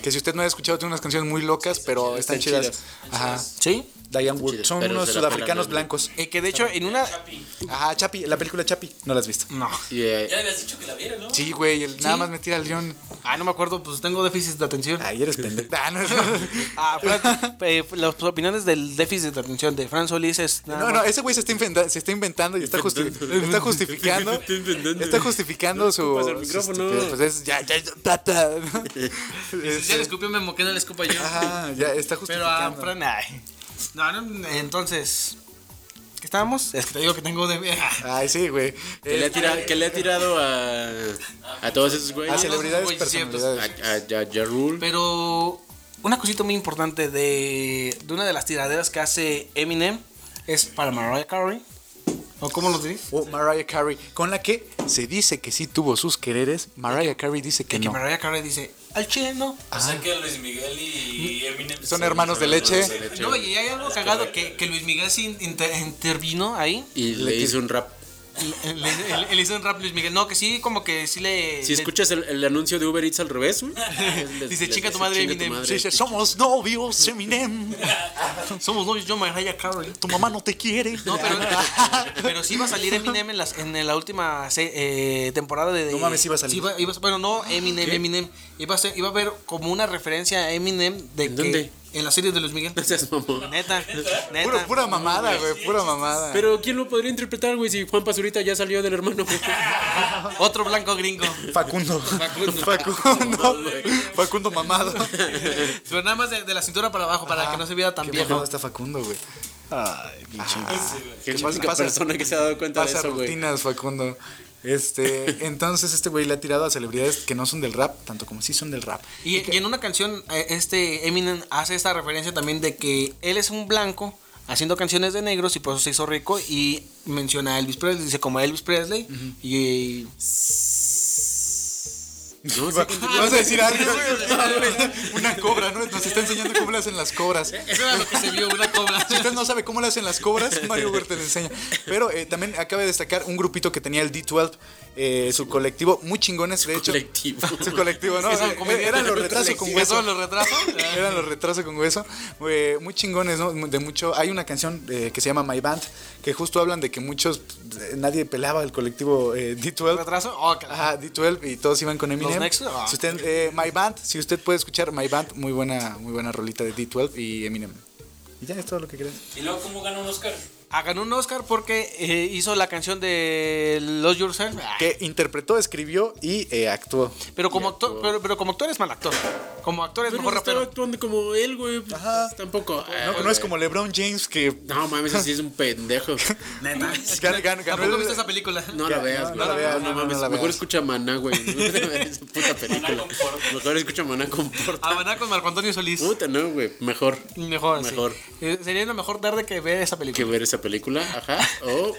C: Que si usted no ha escuchado, tiene unas canciones muy locas, pero
E: chidas.
C: están
E: Están
C: chidas. Ajá.
D: Sí.
C: Diane Ward.
E: chidas,
C: Son
E: pero
C: unos
E: se la pelan
C: sudafricanos
E: bien.
C: blancos.
D: Eh, que de hecho en una...
F: Chapi.
C: Ajá, Chapi, la película Chapi. No la has visto.
D: No.
E: Y, eh,
F: Ya habías dicho que la viera, ¿no?
C: Sí, güey, el- nada más me tira el guión.
D: Ah, no me acuerdo, pues tengo déficit de atención.
C: Ay, eres pendejo. Ah, no,
D: *laughs* Ah, Fran, eh, las opiniones del déficit de atención de Fran Solís es... nada
C: *laughs* No,
D: más-
C: no, ese güey se está inventando, se está inventando y está, justi- está justificando.
E: Está inventando.
C: Está justificando su.
E: escupas al
C: su
E: micrófono.
C: estupidez. Pues es- ya, ya, ya, ta, ta.
D: Si le escupió Memo, que no le escupa yo.
C: Ajá, ya está
D: Pero a
C: justificando.
D: Fran, ay. No, no, entonces... ¿Qué estábamos? Es que te digo que tengo de...
C: Ay, sí, güey.
E: que, le ha
C: Eh,
E: tira- que le ha tirado a, a todos esos güeyes.
C: A celebridades,
D: Güey, sí, pues,
E: A,
C: personalidades.
E: a, a Ja Rule.
D: Pero una cosita muy importante de, de una de las tiraderas que hace Eminem es para Mariah Carey. ¿O cómo lo diréis?
C: O Oh, Mariah Carey, con la que se dice que sí tuvo sus quereres. Mariah Carey dice que
D: Que
C: no.
D: Mariah Carey dice, al chile no.
F: O sea que Luis Miguel y Eminem
C: Son hermanos de leche.
D: No, y hay algo cagado que, que Luis Miguel sí inter- intervino ahí.
E: Y le hizo un rap.
D: Le, le- le- le hizo un rap Luis Miguel. No, que sí, como que sí le.
E: Si
D: le-
E: escuchas el, el anuncio de Uber Eats al
C: *laughs*
E: revés, güey, les-
D: Dice,
E: les
D: "Chinga tu madre,
E: "Chinga
D: Eminem".
C: Sí, dice, somos novios, Eminem.
D: Somos novios, yo Mariah Carey.
C: Tu mamá no te quiere.
D: No, pero,
C: *laughs*
D: pero sí iba a salir Eminem en, las, en la última se- eh, temporada de.
C: No mames, iba a salir.
D: Sí iba- iba a- Ah, bueno, no Eminem, Eminem. Iba a, ser- iba a haber como una referencia a Eminem de que-
E: dónde?
D: En la serie de Luis *laughs* Miguel.
E: *laughs* No seas mamón.
D: Neta, neta.
C: Pura, pura mamada, güey, pura mamada.
E: Pero ¿quién lo podría interpretar, güey? Si Juan Pazurita ya salió del
C: *laughs*
E: hermano. *laughs*
D: Otro blanco gringo.
C: Facundo.
D: Facundo.
C: Facundo. Facundo mamado.
D: Pero nada más de, de la cintura para abajo, para que no se viera tan
C: Qué
D: viejo.
C: mamado está Facundo, güey. Ah, ¿Qué
E: Qué
C: pasa?
E: única
C: Pasa-
E: persona que se ha dado cuenta de
C: Pasa
E: eso, güey.
C: rutinas, Facundo. Este, entonces este güey le ha tirado a celebridades que no son del rap, tanto como sí son del rap.
D: Y, y en una canción, eh, este Eminem hace esta referencia también de que él es un blanco haciendo canciones de negros y por eso se hizo rico. Y menciona a Elvis Presley, dice como Elvis Presley. Y.
E: No, sí,
C: Vas a decir algo, güey. Una cobra, ¿no? Nos está enseñando cómo le hacen las cobras.
D: Eso era lo que se vio, una *laughs* cobra.
C: Si usted no sabe cómo le hacen las cobras, Mario Huerta le enseña. Pero eh, también acaba de destacar un grupito que tenía el D12, eh, su colectivo, muy chingones, de hecho.
E: colectivo.
C: *laughs* Su colectivo, ¿no?
D: Es que son como-
C: Eran los retrasos con
D: colectivo.
C: hueso.
D: Son los retrasos.
C: *laughs* Eran los retrasos con hueso. Eh, muy chingones, ¿no? De mucho. Hay una canción eh, que se llama My Band, que justo hablan de que muchos. eh, nadie pelaba el colectivo eh, D12.
D: ¿Retraso? Oh, carajo.
C: Ajá, D12 y todos iban con Eminem.
D: Los Nexus, ah.
C: Si usted, eh, My Band, si usted puede escuchar My Band, muy buena, muy buena rolita de D12 y Eminem. Y ya es todo lo que querés.
F: ¿Y luego cómo gana un Oscar?
D: Ah, ganó un Oscar porque eh, hizo la canción de Los Yourself. Ah,
C: Que interpretó, escribió y eh, actuó.
D: Pero como, actor, pero, pero como actor es mal actor. Como actor es
E: Pero
D: mejor
E: estaba
D: rapero.
E: actuando como él, güey. pues,
C: Ajá.
E: Tampoco. Ah,
C: No, no
E: güey.
C: es como LeBron James que
E: No, mames, así es un
C: *laughs*
E: pendejo.
D: Neta.
C: gan- gan- ganó
D: Tampoco
C: el-
D: viste esa película.
E: No la
C: Ya,
E: veas,
C: no,
E: güey.
C: no la veas, no, no,
E: mames.
C: no la
E: Mejor
C: veas.
E: escucha Maná, güey. No te veas esa puta película. Mejor escucha Maná con Porta.
D: Habaná con Marco Antonio Solís.
E: Puta, no, güey. Mejor
D: Mejor, sí.
E: Mejor.
D: Eh, Sería lo mejor tarde que ver esa película.
E: que ver esa película. Ajá. O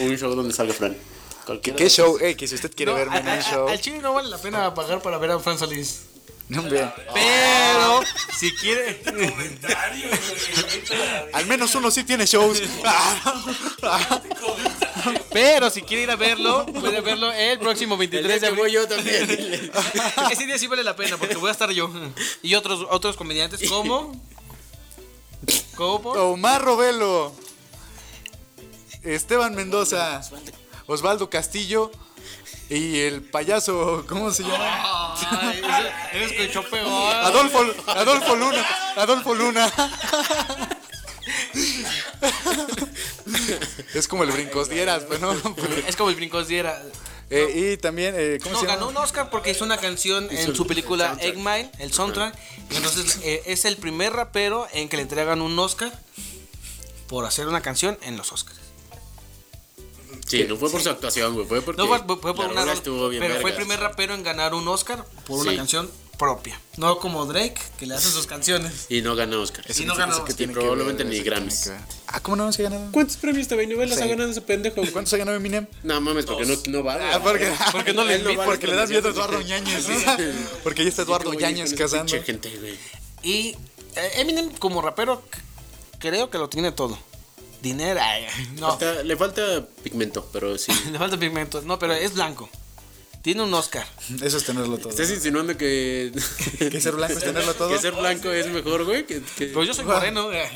E: un show donde salga Fran. Cualquiera.
C: ¿Qué show? Ey, que si usted quiere
D: No,
C: verme
D: a- *laughs*
C: en
D: a-
C: un show.
D: a- Al chile no vale la pena pagar para ver a Fran Solís.
C: No, hombre.
D: Pero, si quiere.
F: Este
C: *laughs*
F: Comentario, güey.
C: Al menos uno sí tiene
F: *laughs*
C: shows. Ah,
D: Pero si quiere ir a verlo, puede verlo el próximo
E: El
D: 23
E: día
D: de
E: que
D: abril.
E: voy yo también. dile.
D: *laughs* Ese día sí vale la pena porque voy a estar yo. Y otros, otros comediantes como. Como.
C: Omar Robelo. Esteban Mendoza. Osvaldo Castillo. Y el payaso, ¿cómo se llama?
D: Ay, ese- ese escuchó peor.
C: Adolfo, Adolfo Luna. Adolfo Luna. Es como el brincos dieras, pues no.
D: Es como el brincos diera.
C: Eh, y también, eh, ¿cómo
D: No,
C: se llama?
D: ganó un Oscar porque hizo una canción en su película Egg Mile, el soundtrack.
E: *laughs*
D: Entonces eh, es el primer rapero en que le entregan un Oscar por hacer una canción en los Oscars.
E: Sí, no fue por su actuación, güey. Fue porque.
D: No fue, fue- fue por
E: la
D: una rola,
E: rola estuvo bien
D: pero fue el
E: vergas.
D: primer rapero en ganar un Oscar por una
E: Sí.
D: canción propia. No como Drake, que le hace sus canciones.
E: Y no ganó Oscar.
D: Y no ganó.
E: que tiene probablemente ni Grammys.
C: Ah, ¿cómo no se ha ganado?
E: ¿Cuántos premios de novelas ha ganado ese pendejo? güey?
C: ¿Cuántos ha ganado Eminem?
E: No mames, porque no, no vale.
C: Ah, porque, *laughs*
E: Porque no le
C: Él
E: invito,
C: vale porque le das miedo a Eduardo Ñañez, ¿no? Porque ahí está Eduardo
E: Oye,
C: Ñañez
E: con esta
C: casando.
E: pinche gente, güey.
D: Y eh, Eminem como rapero c- creo que lo tiene todo. dinero. ay, no,
E: Falta- le falta pigmento, pero sí.
D: *laughs* le falta pigmento. No, pero es blanco. Tiene un Oscar.
C: Eso es tenerlo todo.
D: Este
E: ¿Estás insinuando que.
C: Que ser blanco es tenerlo todo.
E: que ser blanco es mejor, güey? Que, que-
D: Pero yo soy moreno. eh.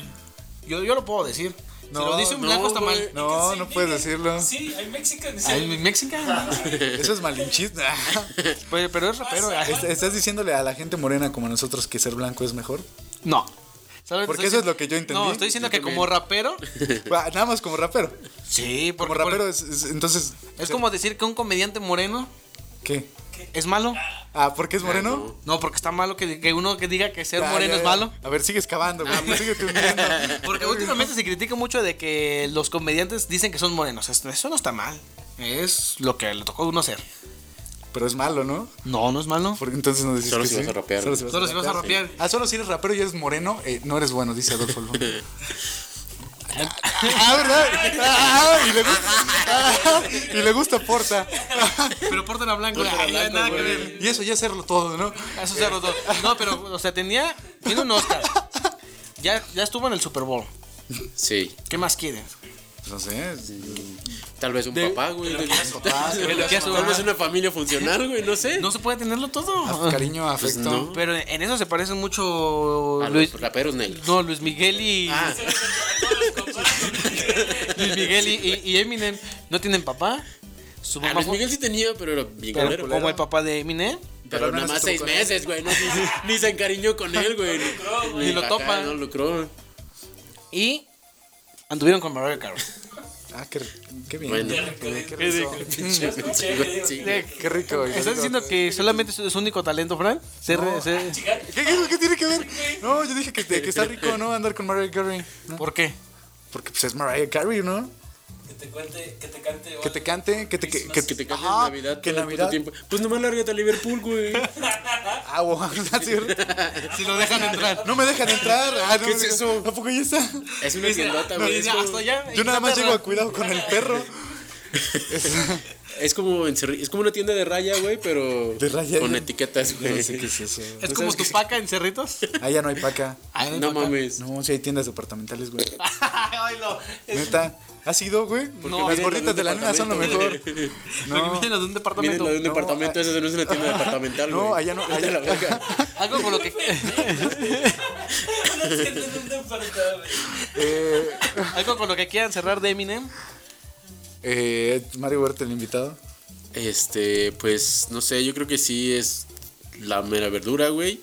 D: Yo, yo lo puedo decir.
C: No,
D: si lo dice un
E: no,
D: blanco está
E: güey.
D: mal.
C: No, no puedes decirlo.
F: Sí, hay mexicanos.
D: Ay, mi mexicano.
C: Eso es malinchismo.
D: *laughs* Pues, pero es rapero. eh.
C: Est- ¿Estás diciéndole a la gente morena como nosotros que ser blanco es
D: *laughs*
C: mejor?
D: No. ¿Sabes?
C: Porque eso
D: Estoy
C: es
D: dic-
C: lo que yo entendí.
D: No, estoy diciendo
E: Yo
D: que
E: también.
D: como
C: *laughs*
D: rapero.
C: Ah, Nada más como rapero.
D: Sí, porque
C: Como
D: por-
C: rapero es, es- entonces... eh,
D: Es como decir que un comediante moreno
C: ¿Qué?
D: es malo.
C: Ah, ¿por qué es moreno?
D: No, porque está malo que, que uno que diga que ser
C: Ah,
D: moreno
C: ya,
D: es
C: ya.
D: malo. Ah.
C: A ver, sigue excavando, güey. sigue hundiendo.
D: *laughs* Porque últimamente se critica mucho de que los comediantes dicen que son morenos. Esto- Eso no está mal. Es lo que le tocó a uno hacer.
C: Pero es malo, ¿no?
D: No, no es malo.
C: Porque entonces no decís
E: Solo
C: que
E: si
C: sí.
E: vas a rapear.
D: Solo si vas a rapear.
C: Ah, solo si eres rapero y eres moreno, eh, no eres bueno, dice Adolfo Luna.
D: *laughs*
C: ah, ¿verdad? Ah, y, le gusta, ah, y le gusta Porta. *laughs*
D: Pero portan a blanco. Ay,
E: blanco,
D: nada que
E: güey.
D: ver.
C: Y eso ya hacerlo todo, ¿no?
D: Eso se rotó. No, pero, o sea, tenía. Tiene un Oscar. Ya, ya estuvo en el Super Bowl.
E: Sí.
D: ¿Qué más quieres?
C: Pues no sé. es-
E: Tal vez un papá, güey.
D: ¿Qué hace,
E: Tal vez
D: mamá?
E: una familia funcional, güey, no sé.
D: No se puede tenerlo todo.
C: Cariño, afecto.
E: no.
D: Pero en eso se parecen mucho
E: A
D: Luis,
E: Ah, los raperos negros.
D: no, Luis Miguel y
E: Ah,
D: Luis Miguel y, y- y Eminem no tienen papá. Su
E: a
D: mamá
E: Luis
D: fue-
E: Miguel sí tenía, pero era bien
D: pero
E: culero.
D: como el papá de Eminem.
E: Pero nada más seis meses, güey. No, ni, ni se encariñó con él, güey.
D: güey. Ni lo
E: acá
D: topa.
E: No lucró.
D: Y anduvieron con Mariah *laughs* Carey.
C: Ah, qué, qué bien.
E: Bueno.
C: Qué, qué rico.
E: Sí.
C: Qué rico. güey.
D: ¿Estás diciendo que solamente es su único talento, Fran? Ser- ser-
C: ¿Qué, qué, qué tiene que ver? No, yo dije que, este, que está rico, ¿no? Andar con Mariah Carey. ¿no?
D: ¿Por qué?
C: Porque pues es Mariah Carey, ¿no?
F: Que te cuente, que te cante.
C: Que te cante, que te... Que, que,
E: Que te cante
C: Ajá,
E: en Navidad.
C: Que
E: todo el puto
C: Navidad.
E: tiempo. Pues nomás lárgate a Liverpool, güey.
C: Ah, wow, *laughs* ¿no es cierto?
D: Si lo dejan entrar.
C: No me dejan entrar. Ah, no, ¿Qué es eso? ¿A poco ya está? *laughs*
E: Es una tiendota,
D: No,
E: güey. Es
D: ya,
C: "Ah,
E: como-
D: hasta allá,
C: Yo nada más llego
D: Inglaterra.
C: a cuidado con el perro.
E: Es como, en Cerri- es como una tienda de raya, güey, pero
C: De raya,
E: con
C: ya.
E: etiquetas, güey.
C: eso.
D: Pues, Es como tu paca en cerritos.
C: Ah, ya no hay paca.
D: Ay,
E: No
D: paca.
E: mames.
C: No, si hay tiendas departamentales, güey.
D: Ay, lo-
C: Neta. ¿Has ido, güey? Porque
D: No,
C: las
D: mira,
C: gorritas de la nena son lo mejor.
D: Porque
C: No,
D: vienen los de un
E: Miren
D: departamento.
E: lo de un departamento, eso no es una
C: *laughs*
E: tienda departamental,
C: No,
E: güey.
C: allá no,
E: Vete
C: allá-
E: a la verga.
C: *laughs*
D: Algo con lo que *laughs*
C: eh,
D: algo con lo que quieran cerrar de Eminem.
C: eh, Mario Huerta, el invitado.
E: Este, pues no sé, yo creo que sí es la mera verdura, güey.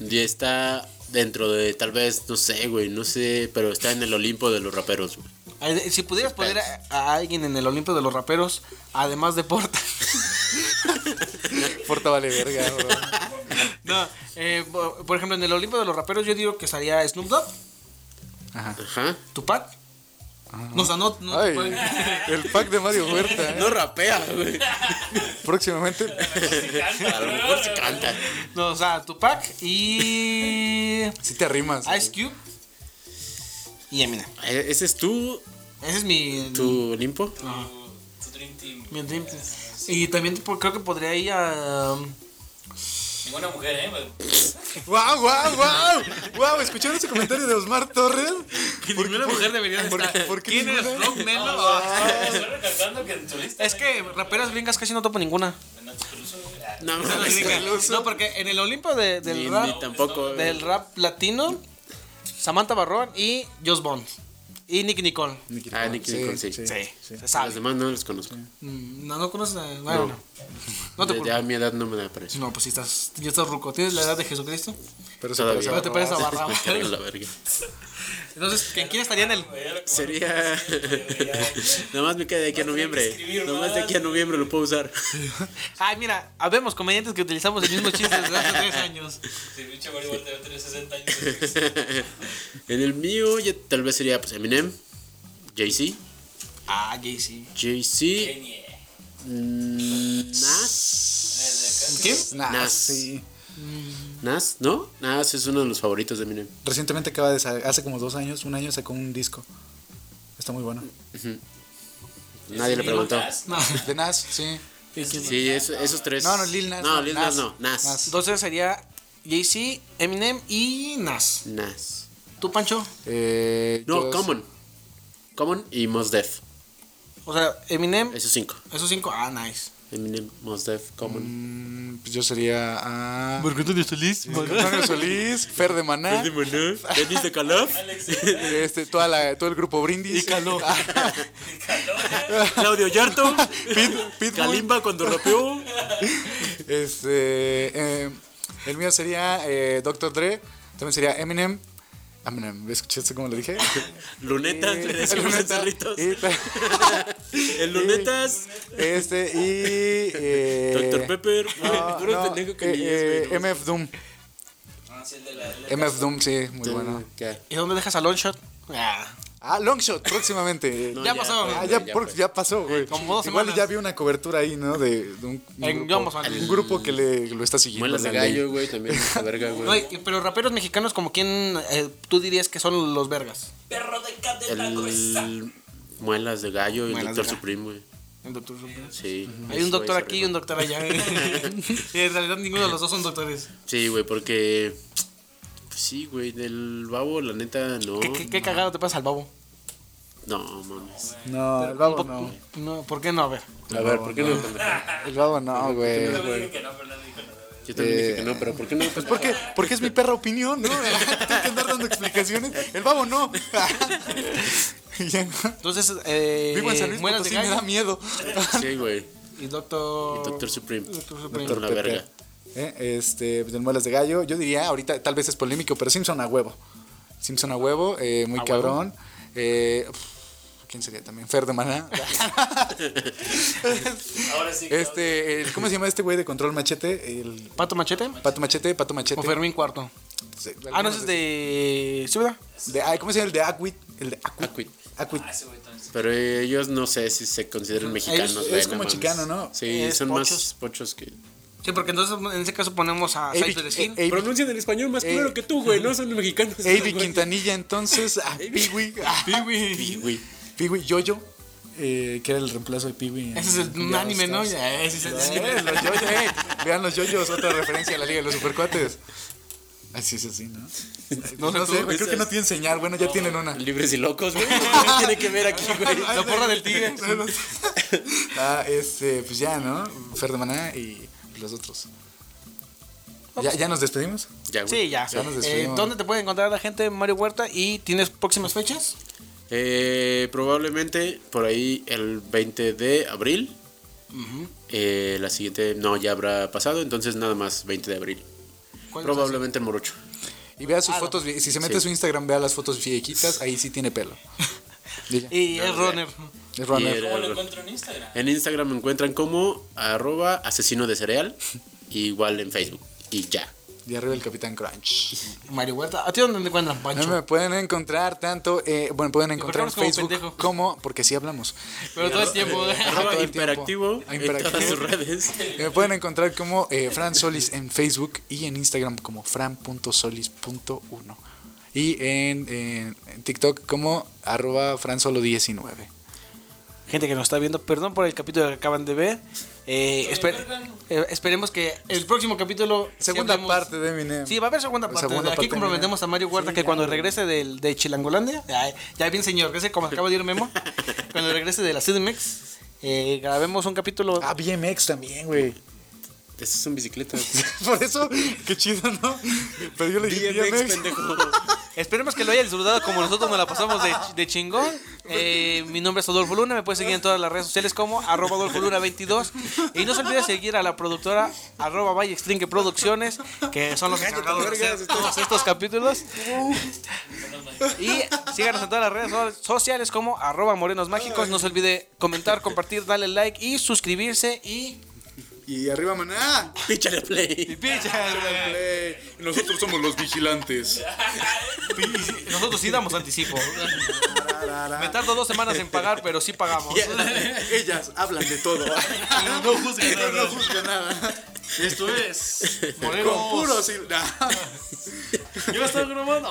E: Y está dentro de, tal vez, no sé, güey, no sé, pero está en el Olimpo de los raperos, güey.
D: Ay, Si pudieras poner a, a alguien en el Olimpo de los raperos, además de Porta. *laughs*
C: Porta vale verga, bro.
D: No, eh, por por ejemplo, en el Olimpo de los raperos yo digo que estaría Snoop Dogg,
E: Ajá.
D: Tupac. No, o sea, no, no
C: Ay,
D: Tupac.
C: el pack de Mario Huerta. ¿eh?
E: No rapea, güey.
C: Próximamente.
E: A lo mejor se canta.
D: No, o sea, Tupac y
C: Si te arrimas.
D: Ice Cube y Eminem.
E: Eh, ¿Ese es tú,
D: Ese es mi
E: tu Olimpo?
F: Tu Dream Team.
D: mi dream team. Y también tipo, creo que podría ir a um,
F: Ninguna mujer, ¿eh?
C: ¡Guau, guau, guau! ¡Guau! ¿Escucharon ese comentario de Osmar Torres? ¿Por qué?
D: ninguna mujer debería de
C: por-
D: estar.
C: por qué
D: ¿Quién es
C: ninguna?
D: Rock Melo?
F: ah, Estoy recalcando que en tu lista.
D: Es que raperas gringas casi no topo ninguna.
E: No,
D: No,
E: no,
D: No, porque en el Olimpo de- del,
E: Ni-
D: rap,
E: ni tampoco, eh.
D: del rap latino, Samantha Barrón y Joss Bond. Y Nick Nicole.
E: Ah, Nicky Nicole, sí.
D: Sí, se
E: A los
D: sabe.
E: demás no los conozco.
D: Mm, No, no conoces a. Bueno, no. No te
E: Ya-
D: culpo.
E: ya a mi edad no me da precio.
D: No, pues si estás. Ya estás ruco. ¿Tienes la edad de Jesucristo?
C: Pero se
E: Todavía.
C: parece
D: No te parece a
C: Barrabás.
D: Barrabás.
E: *laughs* Me carga la verga.
D: Entonces, ¿quién quién estaría en el.?
E: Sería. *laughs* Nada más me queda de aquí a noviembre. Nada más de aquí a noviembre lo puedo usar. *laughs*
D: Ay, mira, habemos comediantes que utilizamos el mismo chiste desde hace tres años.
F: Si pinche Mario Huerta debe tener 60 años.
E: en el mío, ya tal vez sería pues, Eminem, Jay-Z,
D: Ah, Jay, sí.
E: *laughs* Jay-Z,
F: Genie.
E: mm, Nas.
D: ¿Quién?
C: Nah,
E: Nas.
C: sí.
E: Nas, ¿no? Nas es uno de los favoritos de Eminem.
C: Recientemente acaba de sa- hace como dos años, un año sacó un disco. Está muy bueno.
E: Nadie le preguntó.
D: No.
C: De Nas, sí.
E: Sí, eso- esos tres.
C: No, no, Lil Nas,
E: No,
C: no,
E: Lil
C: Nas.
E: Nas no. Nas.
C: Nas.
D: Entonces sería Jay-Z, Eminem y Nas.
E: Nas.
D: ¿Tú, Pancho?
C: Eh,
E: No,
C: yo-
E: Common. Common y Mos Def.
D: O sea, Eminem,
E: Esos cinco.
D: esos cinco. Ah, nice.
E: Eminem, Mos Def, Common.
C: Pues yo sería ah,
D: Antonio Solís.
C: Antonio Solís, Fer de Maná,
E: Dennis de Calaf.
C: este, toda la, todo el grupo Brindis. Ah, Y Caló.
E: Claudio Yarto.
C: *laughs* Pit, Pitbull.
E: Kalimba cuando
C: *laughs*
E: rapeó.
C: Este, eh, el mío sería eh, Dr. Dre. También sería Eminem. Eminem, ¿escuchaste cómo le
E: *laughs*
C: dije?
E: Lunetas,
C: Eh, *laughs*
E: le decimos en
C: Luneta,
E: Cerritos.
C: y ta-
E: El Lunetas.
C: Este, y. eh,
E: Dr. Pepper.
C: no,
E: *laughs* Puro
C: no,
E: pendejo que
C: eh,
E: ni es,
C: eh,
E: güey, no.
C: MF Doom.
F: Ah, sí, el de la.
C: MF Doom, sí, muy bueno.
E: Ya.
D: ¿Y dónde dejas a Longshot? Ah.
C: Ah, Longshot, próximamente.
E: No,
D: Ya pasó.
E: fue,
C: Ah, ya,
E: ya pues.
C: por-
E: fue.
C: ya pasó, güey.
D: Como dos
C: Igual
D: semanas.
C: ya vi una cobertura ahí, ¿no? De, de un, un
D: En Gambos,
C: grupo,
D: Andy.
C: un grupo que le lo está siguiendo.
E: Muelas de
C: la ley.
E: gallo, güey, también. esa
C: *laughs*
E: verga,
D: No,
E: güey.
D: y- pero raperos mexicanos, como quién eh, tú dirías que son los vergas.
F: Perro de cadena gruesa.
E: El Muelas de gallo y el
D: Muelas
E: Doctor
D: de gallo.
E: Supreme, güey.
D: El doctor Supremo.
E: Sí.
D: Hay un doctor aquí y un doctor
E: *laughs*
D: allá. *laughs* Sí, en realidad ninguno de los dos son doctores.
E: Sí, güey, porque. pues sí, güey, del babo, la neta, no.
D: ¿Qué, qué, qué cagado te pasa al babo?
E: No, mames.
C: No, el babo
D: Un
C: no.
D: po- no, ¿Por qué no? A ver.
E: A ver, ¿por qué no?
C: El babo no, güey.
E: Yo también
C: Eh,
E: dije que no, pero ¿por qué no? Pues
C: ¿Por qué? Porque es mi perra opinión, ¿no? *laughs* Tengo que andar dando explicaciones. El babo no. *laughs* Ya, ¿no?
D: Entonces, eh,
C: Vivo en San Luis
D: Muelas de
C: Potosí, me da
D: Gallo
C: miedo.
E: Sí, güey.
D: y doctor...
E: Doctor Supreme.
D: Doctor Supreme.
E: Doctor la
C: Pepe.
E: verga.
C: Eh, Este, del muelas de gallo. Yo diría, ahorita tal vez es polémico, pero Simpson a huevo. Simpson a huevo, eh, muy cabrón. Eh, pf, ¿Quién sería también? Fer de
D: *laughs*
C: Maná.
F: Ahora sí.
C: Este, el- ¿cómo se llama este güey de control machete? El
D: ¿Pato Machete?
C: Pato Machete, Pato Machete.
D: O Fermín Cuarto.
C: Sí,
D: Ah, no, ese es de... ¿Sí, verdad?
C: de- ay, ¿Cómo se llama el de Aquit? El de Aquit.
E: Aquit.
C: Aquit.
D: Ah,
E: Pero ellos no sé si se consideran mexicanos.
D: Ellos-
C: es
E: güey, no
C: como
E: mames.
C: chicano, ¿no?
E: Sí,
D: Es
E: son
D: pochos.
E: más pochos que.
D: Sí, porque entonces en ese caso ponemos a
C: Ey,
D: Side to the
C: ey,
D: Skin.
C: ey,
E: Pronuncian el español más
C: Eh.
E: claro que tú, güey. No son mexicanos.
C: Avi Quintanilla, entonces. A Piwi.
E: Sí, güey.
C: *laughs* Piwi Yoyo. eh, que era el reemplazo de Piwi.
D: Ese es el- un anime, ¿no? Ya, ese es el-
C: los yoyos, *laughs* eh. Vean los yoyos, otra referencia a la Liga de los Supercuates. Así es así, ¿no? No, sé, güey, creo que no tiene señal. Bueno, ya tienen una.
E: Libres y
D: *laughs*
E: locos, güey. ¿Qué tiene que ver aquí, güey?
D: La porra
C: *laughs*
D: del tigre.
C: ah, este, pues ya, ¿no? Fer de Maná y los otros. ¿Ya, ya nos despedimos?
E: Ya, güey.
D: Sí, ya.
C: Ya nos
D: Eh,
C: despedimos.
D: ¿Dónde te puede encontrar la gente, Mario Huerta? ¿Y tienes próximas fechas?
E: Eh, probablemente por ahí el 20 de abril. Eh, la siguiente no ya habrá pasado, entonces nada más 20 de abril.
D: ¿Cuál es
E: Probablemente el morocho.
C: Y vea sus fotos, vie- si se mete a su Instagram, vea las fotos viejitas, ahí sí tiene
D: *laughs*
C: pelo. Y ya.
D: esa? Y es runner.
C: Es runner.
E: Y era-
F: ¿Cómo lo encuentro en Instagram?
E: en Instagram me encuentran como arroba asesino de
F: *laughs*
E: cereal, igual en Facebook. Y
F: Ah,
E: ya.
C: Y arriba el Capitán Crunch.
D: Mario Huerta. ¿A ti dónde te encuentran,
C: No
D: Pancho?
C: me pueden encontrar tanto, eh, bueno, pueden encontrar en
D: hablamos como
C: Facebook
D: pendejo.
C: como, porque sí hablamos.
D: Pero todo el
C: *laughs*
D: tiempo. *laughs*
C: todo
E: Arroba
C: el tiempo.
E: imperactivo
C: Ah,
E: en
C: imperactivo.
E: todas sus
F: *laughs*
E: redes.
C: Y me pueden encontrar como eh, Fran Solis en Facebook y en Instagram como fran.solis.1. Y en, en- en TikTok como arroba fransolo19.
D: Gente que nos está viendo, perdón por el capítulo que acaban de ver. Eh, esper- eh, esperemos que el próximo capítulo.
C: Segunda
D: sí hablemos-
C: parte de Eminem.
D: Sí, va a haber segunda parte.
C: Segunda
D: Aquí
C: parte,
D: comprometemos
C: mira.
D: a Mario Huerta
C: Sí,
D: que
C: ya,
D: cuando
C: güey.
D: regrese del, de Chilangolandia, ya, ya bien señor, que sé como acaba de
C: *laughs*
D: ir Memo, cuando regrese de la CDMX, eh, grabemos un capítulo.
C: Ah, BMX también, güey. *laughs*
E: Estas son bicicletas. *laughs*
C: Por eso, qué chido, ¿no? Pero yo le dije BMX.
E: pendejo.
D: Esperemos que lo haya disfrutado como nosotros nos la pasamos de, de chingón. Eh, mi nombre es Adolfo Luna, me puedes seguir en todas las redes sociales como arroba Adolfo Luna 22. Y no se olvide seguir a la productora arroba Valle String Producciones, que son los encargados de hacer todos estos capítulos. Y síganos en todas las redes so- sociales como arroba Morenos Mágicos. No se olvide comentar, compartir, darle like y suscribirse. Y...
C: Y arriba, *laughs* maná.
E: Píchale play.
B: Nosotros somos los vigilantes.
D: Nosotros sí damos anticipo. Me tardo dos semanas en pagar, pero sí pagamos.
C: Ellas hablan de todo.
F: No juzguen.
C: no juzgan nada.
F: Esto es.
C: Con puro sil-
F: Yo estoy grabando.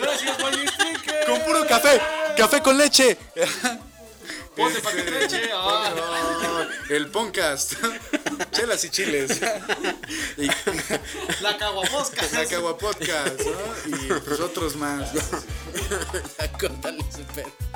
F: Gracias, Valle
C: Con puro café. Café con leche.
F: Ponte para que leche. ah.
C: El podcast. Chelas y *laughs* chiles.
F: La caguamosca.
C: La Cagua Podcast, ¿no? Y pues otros más.
E: *laughs* Córtale ese pedo.